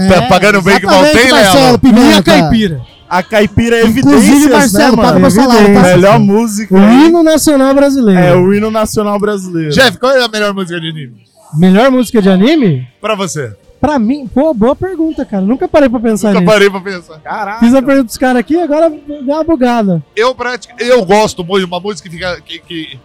[SPEAKER 1] Tá pagando bem que mal tem, Léo?
[SPEAKER 4] Marcelo
[SPEAKER 3] E
[SPEAKER 4] Pimenta.
[SPEAKER 3] a caipira?
[SPEAKER 5] A caipira é evidência.
[SPEAKER 4] Inclusive, Marcelo, paga meu salário, tá?
[SPEAKER 5] Melhor música.
[SPEAKER 3] O
[SPEAKER 5] aí
[SPEAKER 3] hino nacional brasileiro.
[SPEAKER 5] É o hino nacional brasileiro.
[SPEAKER 1] Jeff, qual é a melhor música de anime?
[SPEAKER 3] Melhor música de anime?
[SPEAKER 1] Pra você.
[SPEAKER 3] Pra mim, pô, boa pergunta, cara. Nunca parei pra pensar
[SPEAKER 1] Nunca
[SPEAKER 3] nisso.
[SPEAKER 1] parei pra pensar.
[SPEAKER 5] Caraca.
[SPEAKER 3] Fiz a pergunta dos caras aqui, agora deu uma bugada.
[SPEAKER 1] Eu, pratica, eu gosto muito de uma música que fica. Que, que,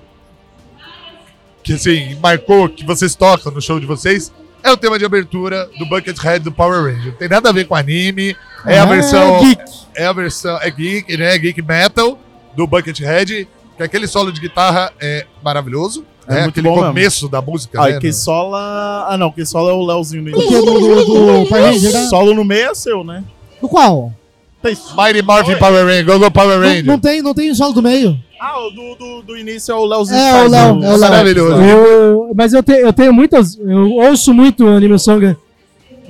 [SPEAKER 1] que, assim, marcou que vocês tocam no show de vocês. É o tema de abertura do Buckethead do Power Ranger. Não tem nada a ver com anime. É a
[SPEAKER 3] Ah,
[SPEAKER 1] versão.
[SPEAKER 3] geek.
[SPEAKER 1] É a versão. É geek, né? É geek metal do Buckethead. Que aquele solo de guitarra é maravilhoso.
[SPEAKER 5] É
[SPEAKER 1] né?
[SPEAKER 5] muito
[SPEAKER 1] Aquele
[SPEAKER 5] bom mesmo.
[SPEAKER 1] começo da
[SPEAKER 3] Tá
[SPEAKER 1] música.
[SPEAKER 5] Ah,
[SPEAKER 1] né?
[SPEAKER 5] e quem sola. Ah, não, quem sola é o Leozinho no
[SPEAKER 4] O que? Do, do, do Power Ranger, né?
[SPEAKER 5] Solo no meio é seu, né?
[SPEAKER 4] Do qual?
[SPEAKER 5] Tem-
[SPEAKER 1] Mighty Morphin Power Ranger, Go Go Power
[SPEAKER 4] Não,
[SPEAKER 1] Ranger.
[SPEAKER 4] não tem, não tem solo do meio.
[SPEAKER 5] Ah, o do, do, do início é o Leozinho.
[SPEAKER 4] É,
[SPEAKER 5] que faz
[SPEAKER 4] o Léo, é o Léo.
[SPEAKER 1] Maravilhoso.
[SPEAKER 3] Eu, mas eu, te- eu tenho muitas. Eu ouço muito anime song.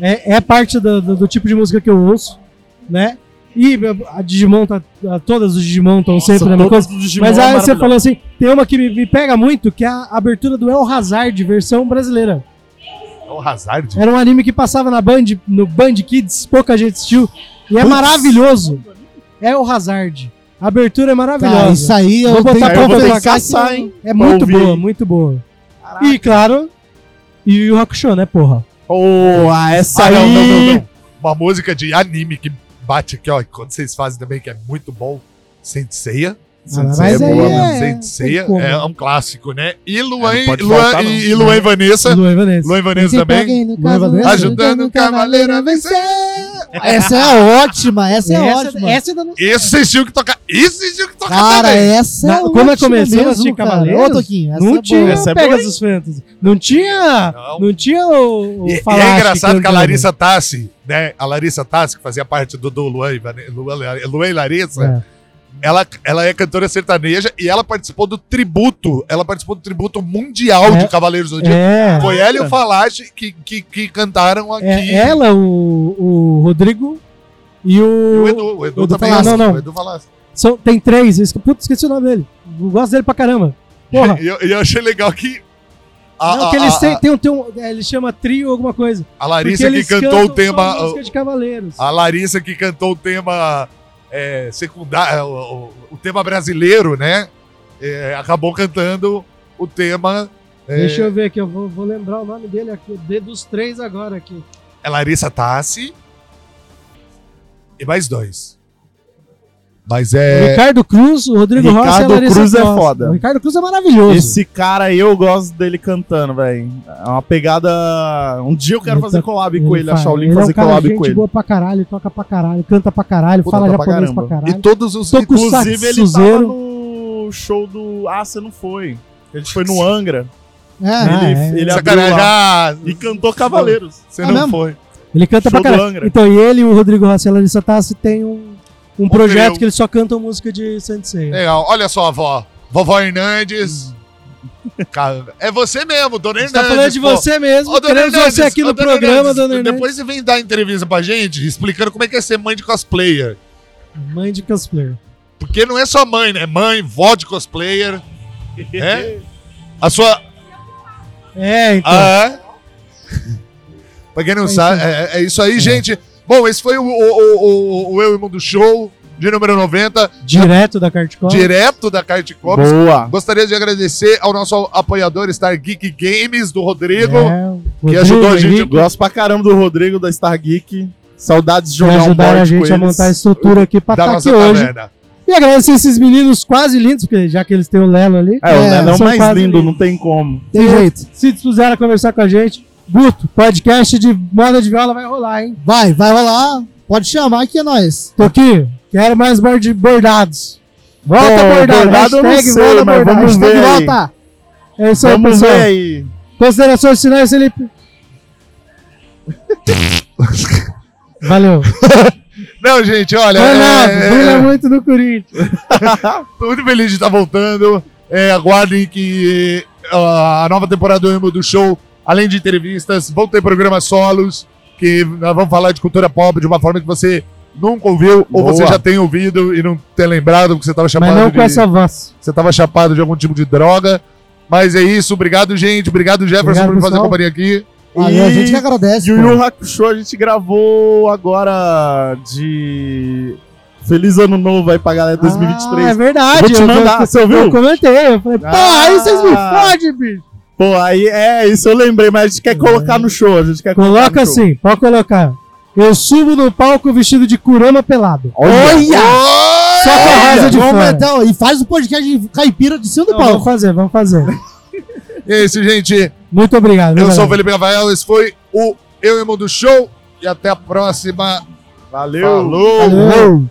[SPEAKER 3] É, é parte do, do- do tipo de música que eu ouço, né? E a Digimon tá. a- Todas os Digimon estão sempre na minha
[SPEAKER 5] todas
[SPEAKER 3] coisa.
[SPEAKER 5] do Digimon
[SPEAKER 3] Mas
[SPEAKER 5] é
[SPEAKER 3] aí você
[SPEAKER 5] maravilhosa.
[SPEAKER 3] falou assim: tem uma que me, me pega muito, que é a abertura do El Hazard, versão brasileira.
[SPEAKER 1] É o Hazard.
[SPEAKER 3] Era um anime que passava na Band, no Band Kids, pouca gente assistiu. E é maravilhoso. É o Hazard. A abertura é
[SPEAKER 5] Tá,
[SPEAKER 4] Cara, Tá, isso
[SPEAKER 3] maravilhosa.
[SPEAKER 4] aí eu
[SPEAKER 3] Vou botar
[SPEAKER 4] tenho
[SPEAKER 3] pra
[SPEAKER 5] Aí eu vou
[SPEAKER 3] Vou
[SPEAKER 5] ter
[SPEAKER 3] colocar
[SPEAKER 5] que caçar, hein?
[SPEAKER 3] é muito
[SPEAKER 5] ouvir.
[SPEAKER 3] boa, muito boa. E claro, e o Hakusho, né, porra?
[SPEAKER 5] Oh, ah, essa
[SPEAKER 1] Ah,
[SPEAKER 5] aí.
[SPEAKER 1] não, não, não, não. Uma música de anime que bate aqui, ó. Quando vocês fazem também, que é muito bom. Senseia.
[SPEAKER 4] Ah,
[SPEAKER 3] Mas
[SPEAKER 1] é
[SPEAKER 3] aí
[SPEAKER 1] boa,
[SPEAKER 3] é-
[SPEAKER 1] né? Senseia.
[SPEAKER 3] tem como.
[SPEAKER 1] É um clássico, né? E Luan,
[SPEAKER 5] É, não pode
[SPEAKER 1] Luan-
[SPEAKER 5] faltar, não.
[SPEAKER 1] e, e Luan e Vanessa.
[SPEAKER 3] Luan e Vanessa.
[SPEAKER 1] Luan e Vanessa também. Ajudando o cavaleiro a vencer.
[SPEAKER 4] Essa é ótima, essa é
[SPEAKER 3] Essa-
[SPEAKER 4] ótima.
[SPEAKER 3] essa ainda não-
[SPEAKER 1] Isso vocês tinham que tocar. Isso vocês tinham que tocar
[SPEAKER 4] Cara,
[SPEAKER 1] também.
[SPEAKER 4] essa é
[SPEAKER 3] Na-
[SPEAKER 4] ótima.
[SPEAKER 3] quando eu comecei a
[SPEAKER 4] mesmo,
[SPEAKER 3] assistir
[SPEAKER 4] cara.
[SPEAKER 3] Cavaleiros,
[SPEAKER 4] Ô, Toquinho, essa
[SPEAKER 3] Não
[SPEAKER 4] é
[SPEAKER 3] tinha
[SPEAKER 4] boa.
[SPEAKER 5] Essa é boa,
[SPEAKER 3] Pegasus Fantasy. Não tinha.
[SPEAKER 1] Não.
[SPEAKER 3] Não, tinha o. o
[SPEAKER 1] E, e é
[SPEAKER 3] Falaschi
[SPEAKER 1] engraçado que a
[SPEAKER 3] cantando.
[SPEAKER 1] Larissa Tassi, né? A Larissa Tassi, que fazia parte do, do Luan, e Vane- Luan, Luan e Larissa,
[SPEAKER 3] É.
[SPEAKER 1] ela, ela é cantora sertaneja e ela participou do tributo. Ela participou do tributo mundial
[SPEAKER 3] É.
[SPEAKER 1] de Cavaleiros do Zodíaco.
[SPEAKER 3] É.
[SPEAKER 1] Foi ela e o Falache que, que, que cantaram aqui.
[SPEAKER 3] É ela, o, o Rodrigo e
[SPEAKER 1] E
[SPEAKER 3] o.
[SPEAKER 1] O Edu, o Edu,
[SPEAKER 3] Edu
[SPEAKER 1] também.
[SPEAKER 3] Falaschi.
[SPEAKER 1] acha,
[SPEAKER 3] Não, não.
[SPEAKER 1] O Edu Falaschi.
[SPEAKER 3] são- tem três. eu esque- Putz, esqueci o nome dele. Eu gosto dele pra caramba. Porra.
[SPEAKER 1] E eu, e eu achei legal que. A,
[SPEAKER 3] não,
[SPEAKER 1] a-
[SPEAKER 3] que eles
[SPEAKER 1] a-
[SPEAKER 3] têm, tem um, tem um, é, ele chama trio alguma coisa.
[SPEAKER 1] a
[SPEAKER 3] Porque
[SPEAKER 1] ah, Larissa que
[SPEAKER 3] eles
[SPEAKER 1] cantou
[SPEAKER 3] cantam
[SPEAKER 1] o tema. ah,
[SPEAKER 3] só música de Cavaleiros.
[SPEAKER 1] A Larissa que cantou o tema é, secundário. O, o- o tema brasileiro, né? É, acabou cantando o tema. é,
[SPEAKER 3] Deixa eu ver aqui, eu vou, vou lembrar o nome dele aqui, o D dos três agora aqui.
[SPEAKER 1] é Larissa Tassi e mais dois. Mas é.
[SPEAKER 3] Ricardo Cruz, o Rodrigo
[SPEAKER 5] Ricardo
[SPEAKER 3] Rossi e a Larissa
[SPEAKER 5] Cruz é
[SPEAKER 3] Costa.
[SPEAKER 5] foda.
[SPEAKER 3] O Ricardo Cruz é maravilhoso.
[SPEAKER 5] Esse cara aí eu gosto dele cantando, velho. É uma pegada. Um dia eu quero
[SPEAKER 3] Ele
[SPEAKER 5] fazer
[SPEAKER 3] tá-
[SPEAKER 5] collab com ele,
[SPEAKER 3] fala,
[SPEAKER 5] a Shaolin
[SPEAKER 3] ele é um
[SPEAKER 5] fazer
[SPEAKER 3] cara,
[SPEAKER 5] collab
[SPEAKER 3] gente
[SPEAKER 5] com ele.
[SPEAKER 3] boa pra caralho, toca pra caralho, canta pra caralho,
[SPEAKER 5] Puta,
[SPEAKER 3] fala
[SPEAKER 5] tá pra
[SPEAKER 3] japonês pra
[SPEAKER 5] caramba.
[SPEAKER 3] caralho.
[SPEAKER 1] E todos os.
[SPEAKER 3] Tô com
[SPEAKER 1] e-
[SPEAKER 5] Inclusive, ele tá
[SPEAKER 3] Suzeiro.
[SPEAKER 5] tava no show do. Ah, você não foi. Ele foi no Angra.
[SPEAKER 4] É.
[SPEAKER 3] Ah,
[SPEAKER 5] ele
[SPEAKER 3] é.
[SPEAKER 5] ele abriu
[SPEAKER 1] Sacanagem.
[SPEAKER 5] lá
[SPEAKER 1] Ah,
[SPEAKER 5] e cantou Cavaleiros.
[SPEAKER 1] você
[SPEAKER 4] Ah,
[SPEAKER 1] não
[SPEAKER 4] mesmo?
[SPEAKER 1] foi.
[SPEAKER 3] Ele canta
[SPEAKER 5] Show
[SPEAKER 3] pra
[SPEAKER 5] do
[SPEAKER 3] caralho.
[SPEAKER 5] Angra.
[SPEAKER 3] Então, e ele e o Rodrigo Rossi e a Larissa Tassi tem um, um projeto
[SPEAKER 1] trio.
[SPEAKER 3] que eles só cantam música de Sensei.
[SPEAKER 1] Legal. Olha só, vó. Vovó Hernandes. Cara, é você mesmo, dona
[SPEAKER 3] A gente tá
[SPEAKER 1] Hernandes.
[SPEAKER 3] falando de
[SPEAKER 1] pô.
[SPEAKER 3] você mesmo,
[SPEAKER 1] Ô, dona
[SPEAKER 3] queremos
[SPEAKER 1] Hernandes,
[SPEAKER 3] você aqui
[SPEAKER 1] ô,
[SPEAKER 3] no
[SPEAKER 1] dona
[SPEAKER 3] programa,
[SPEAKER 1] Hernandes,
[SPEAKER 3] dona Hernandes.
[SPEAKER 1] Depois você vem dar entrevista pra gente explicando como é que é ser mãe de cosplayer.
[SPEAKER 3] Mãe de cosplayer.
[SPEAKER 1] Porque não é só mãe, né? Mãe, vó de cosplayer.
[SPEAKER 5] É?
[SPEAKER 1] né? A sua.
[SPEAKER 3] É, então.
[SPEAKER 1] Ah. pra quem não sabe, é, é isso aí, gente. Bom, esse foi o, o- o- o- o Eu e Mundo Show de número 90,
[SPEAKER 3] direto da Carticola.
[SPEAKER 1] direto da Kite Comics.
[SPEAKER 5] Boa.
[SPEAKER 1] Gostaria de agradecer ao nosso apoiador Star Geek Games, do Rodrigo.
[SPEAKER 3] É,
[SPEAKER 1] que ajudou a gente
[SPEAKER 5] Eu gosto pra caramba do Rodrigo da Star Geek. Saudades de
[SPEAKER 3] Que
[SPEAKER 5] jogar um
[SPEAKER 3] ajudaram
[SPEAKER 5] board
[SPEAKER 3] a gente
[SPEAKER 5] com
[SPEAKER 3] a
[SPEAKER 5] eles.
[SPEAKER 3] montar a estrutura aqui pra
[SPEAKER 1] da
[SPEAKER 3] estar tá aqui
[SPEAKER 1] nossa
[SPEAKER 3] hoje.
[SPEAKER 1] taverna.
[SPEAKER 3] E agradecer esses meninos quase lindos, porque já que eles têm o Lelo ali.
[SPEAKER 5] É, o Nelão
[SPEAKER 3] são
[SPEAKER 5] mais
[SPEAKER 3] quase
[SPEAKER 5] lindo,
[SPEAKER 3] lindos.
[SPEAKER 5] não tem como.
[SPEAKER 4] Tem jeito.
[SPEAKER 3] Se dispuseram a conversar com a gente, Guto, podcast de moda de viola vai rolar, hein?
[SPEAKER 4] Vai, vai rolar. Pode chamar que é nós.
[SPEAKER 3] Toquinho, quero mais board- bordados. Volta
[SPEAKER 5] Bom,
[SPEAKER 3] bordado,
[SPEAKER 5] bordado eu não
[SPEAKER 3] hashtag
[SPEAKER 5] sei,
[SPEAKER 3] volta
[SPEAKER 5] mas
[SPEAKER 3] bordado.
[SPEAKER 5] vamos
[SPEAKER 3] hashtag
[SPEAKER 5] ver aí.
[SPEAKER 3] volta. É isso aí,
[SPEAKER 5] Vamos
[SPEAKER 3] pessoal.
[SPEAKER 5] ver aí.
[SPEAKER 3] Considerações finais, Felipe. Valeu.
[SPEAKER 1] Não, gente, olha.
[SPEAKER 3] Bernardo,
[SPEAKER 1] é-
[SPEAKER 3] brilha muito no Corinthians.
[SPEAKER 1] Tô muito feliz de estar voltando. É, aguardem que ah, a nova temporada do Emo do Show, além de entrevistas, vão ter programas solos, que nós vamos falar de cultura pop de uma forma que você nunca ouviu, ou
[SPEAKER 5] Boa.
[SPEAKER 1] você já tem ouvido e não tem lembrado, porque você estava
[SPEAKER 3] Mas
[SPEAKER 1] chapado,
[SPEAKER 3] não com
[SPEAKER 1] de,
[SPEAKER 3] essa voz.
[SPEAKER 1] você tava chapado de algum tipo de droga. Mas é isso, obrigado, gente. Obrigado, Jefferson,
[SPEAKER 3] Obrigado,
[SPEAKER 1] por me fazer
[SPEAKER 3] pessoal.
[SPEAKER 1] companhia aqui.
[SPEAKER 4] Valeu, a
[SPEAKER 3] é
[SPEAKER 4] gente que agradece.
[SPEAKER 5] E o
[SPEAKER 4] pô.
[SPEAKER 5] Yu Hakusho a gente gravou agora de. Feliz ano novo aí pra galera de
[SPEAKER 3] Ah, é
[SPEAKER 5] 2023.
[SPEAKER 3] verdade.
[SPEAKER 5] Vou te
[SPEAKER 3] eu-
[SPEAKER 5] mandar,
[SPEAKER 3] eu-
[SPEAKER 5] você ouviu?
[SPEAKER 3] Eu comentei. Eu falei, pô,
[SPEAKER 5] Ah.
[SPEAKER 3] aí vocês me fodem, bicho.
[SPEAKER 5] Pô, aí é isso, eu lembrei, mas a gente quer colocar no show. A gente quer colocar
[SPEAKER 3] Coloca
[SPEAKER 5] Tá no show.
[SPEAKER 3] assim, pode colocar. Eu subo no palco vestido de Kurama pelado.
[SPEAKER 5] Olha!
[SPEAKER 3] Só com a rosa de
[SPEAKER 4] Vamos
[SPEAKER 3] fora.
[SPEAKER 4] meter, ó, então, e faz o podcast de caipira de cima do
[SPEAKER 3] Não, vamos
[SPEAKER 4] palco.
[SPEAKER 3] fazer, vamos fazer.
[SPEAKER 1] E é isso, gente.
[SPEAKER 3] Muito obrigado. viu,
[SPEAKER 1] Eu sou o
[SPEAKER 3] galera?
[SPEAKER 1] Felipe Rafael, esse foi o Eu Emo do Show. E até a próxima.
[SPEAKER 5] Valeu!
[SPEAKER 1] Falou.
[SPEAKER 3] Valeu.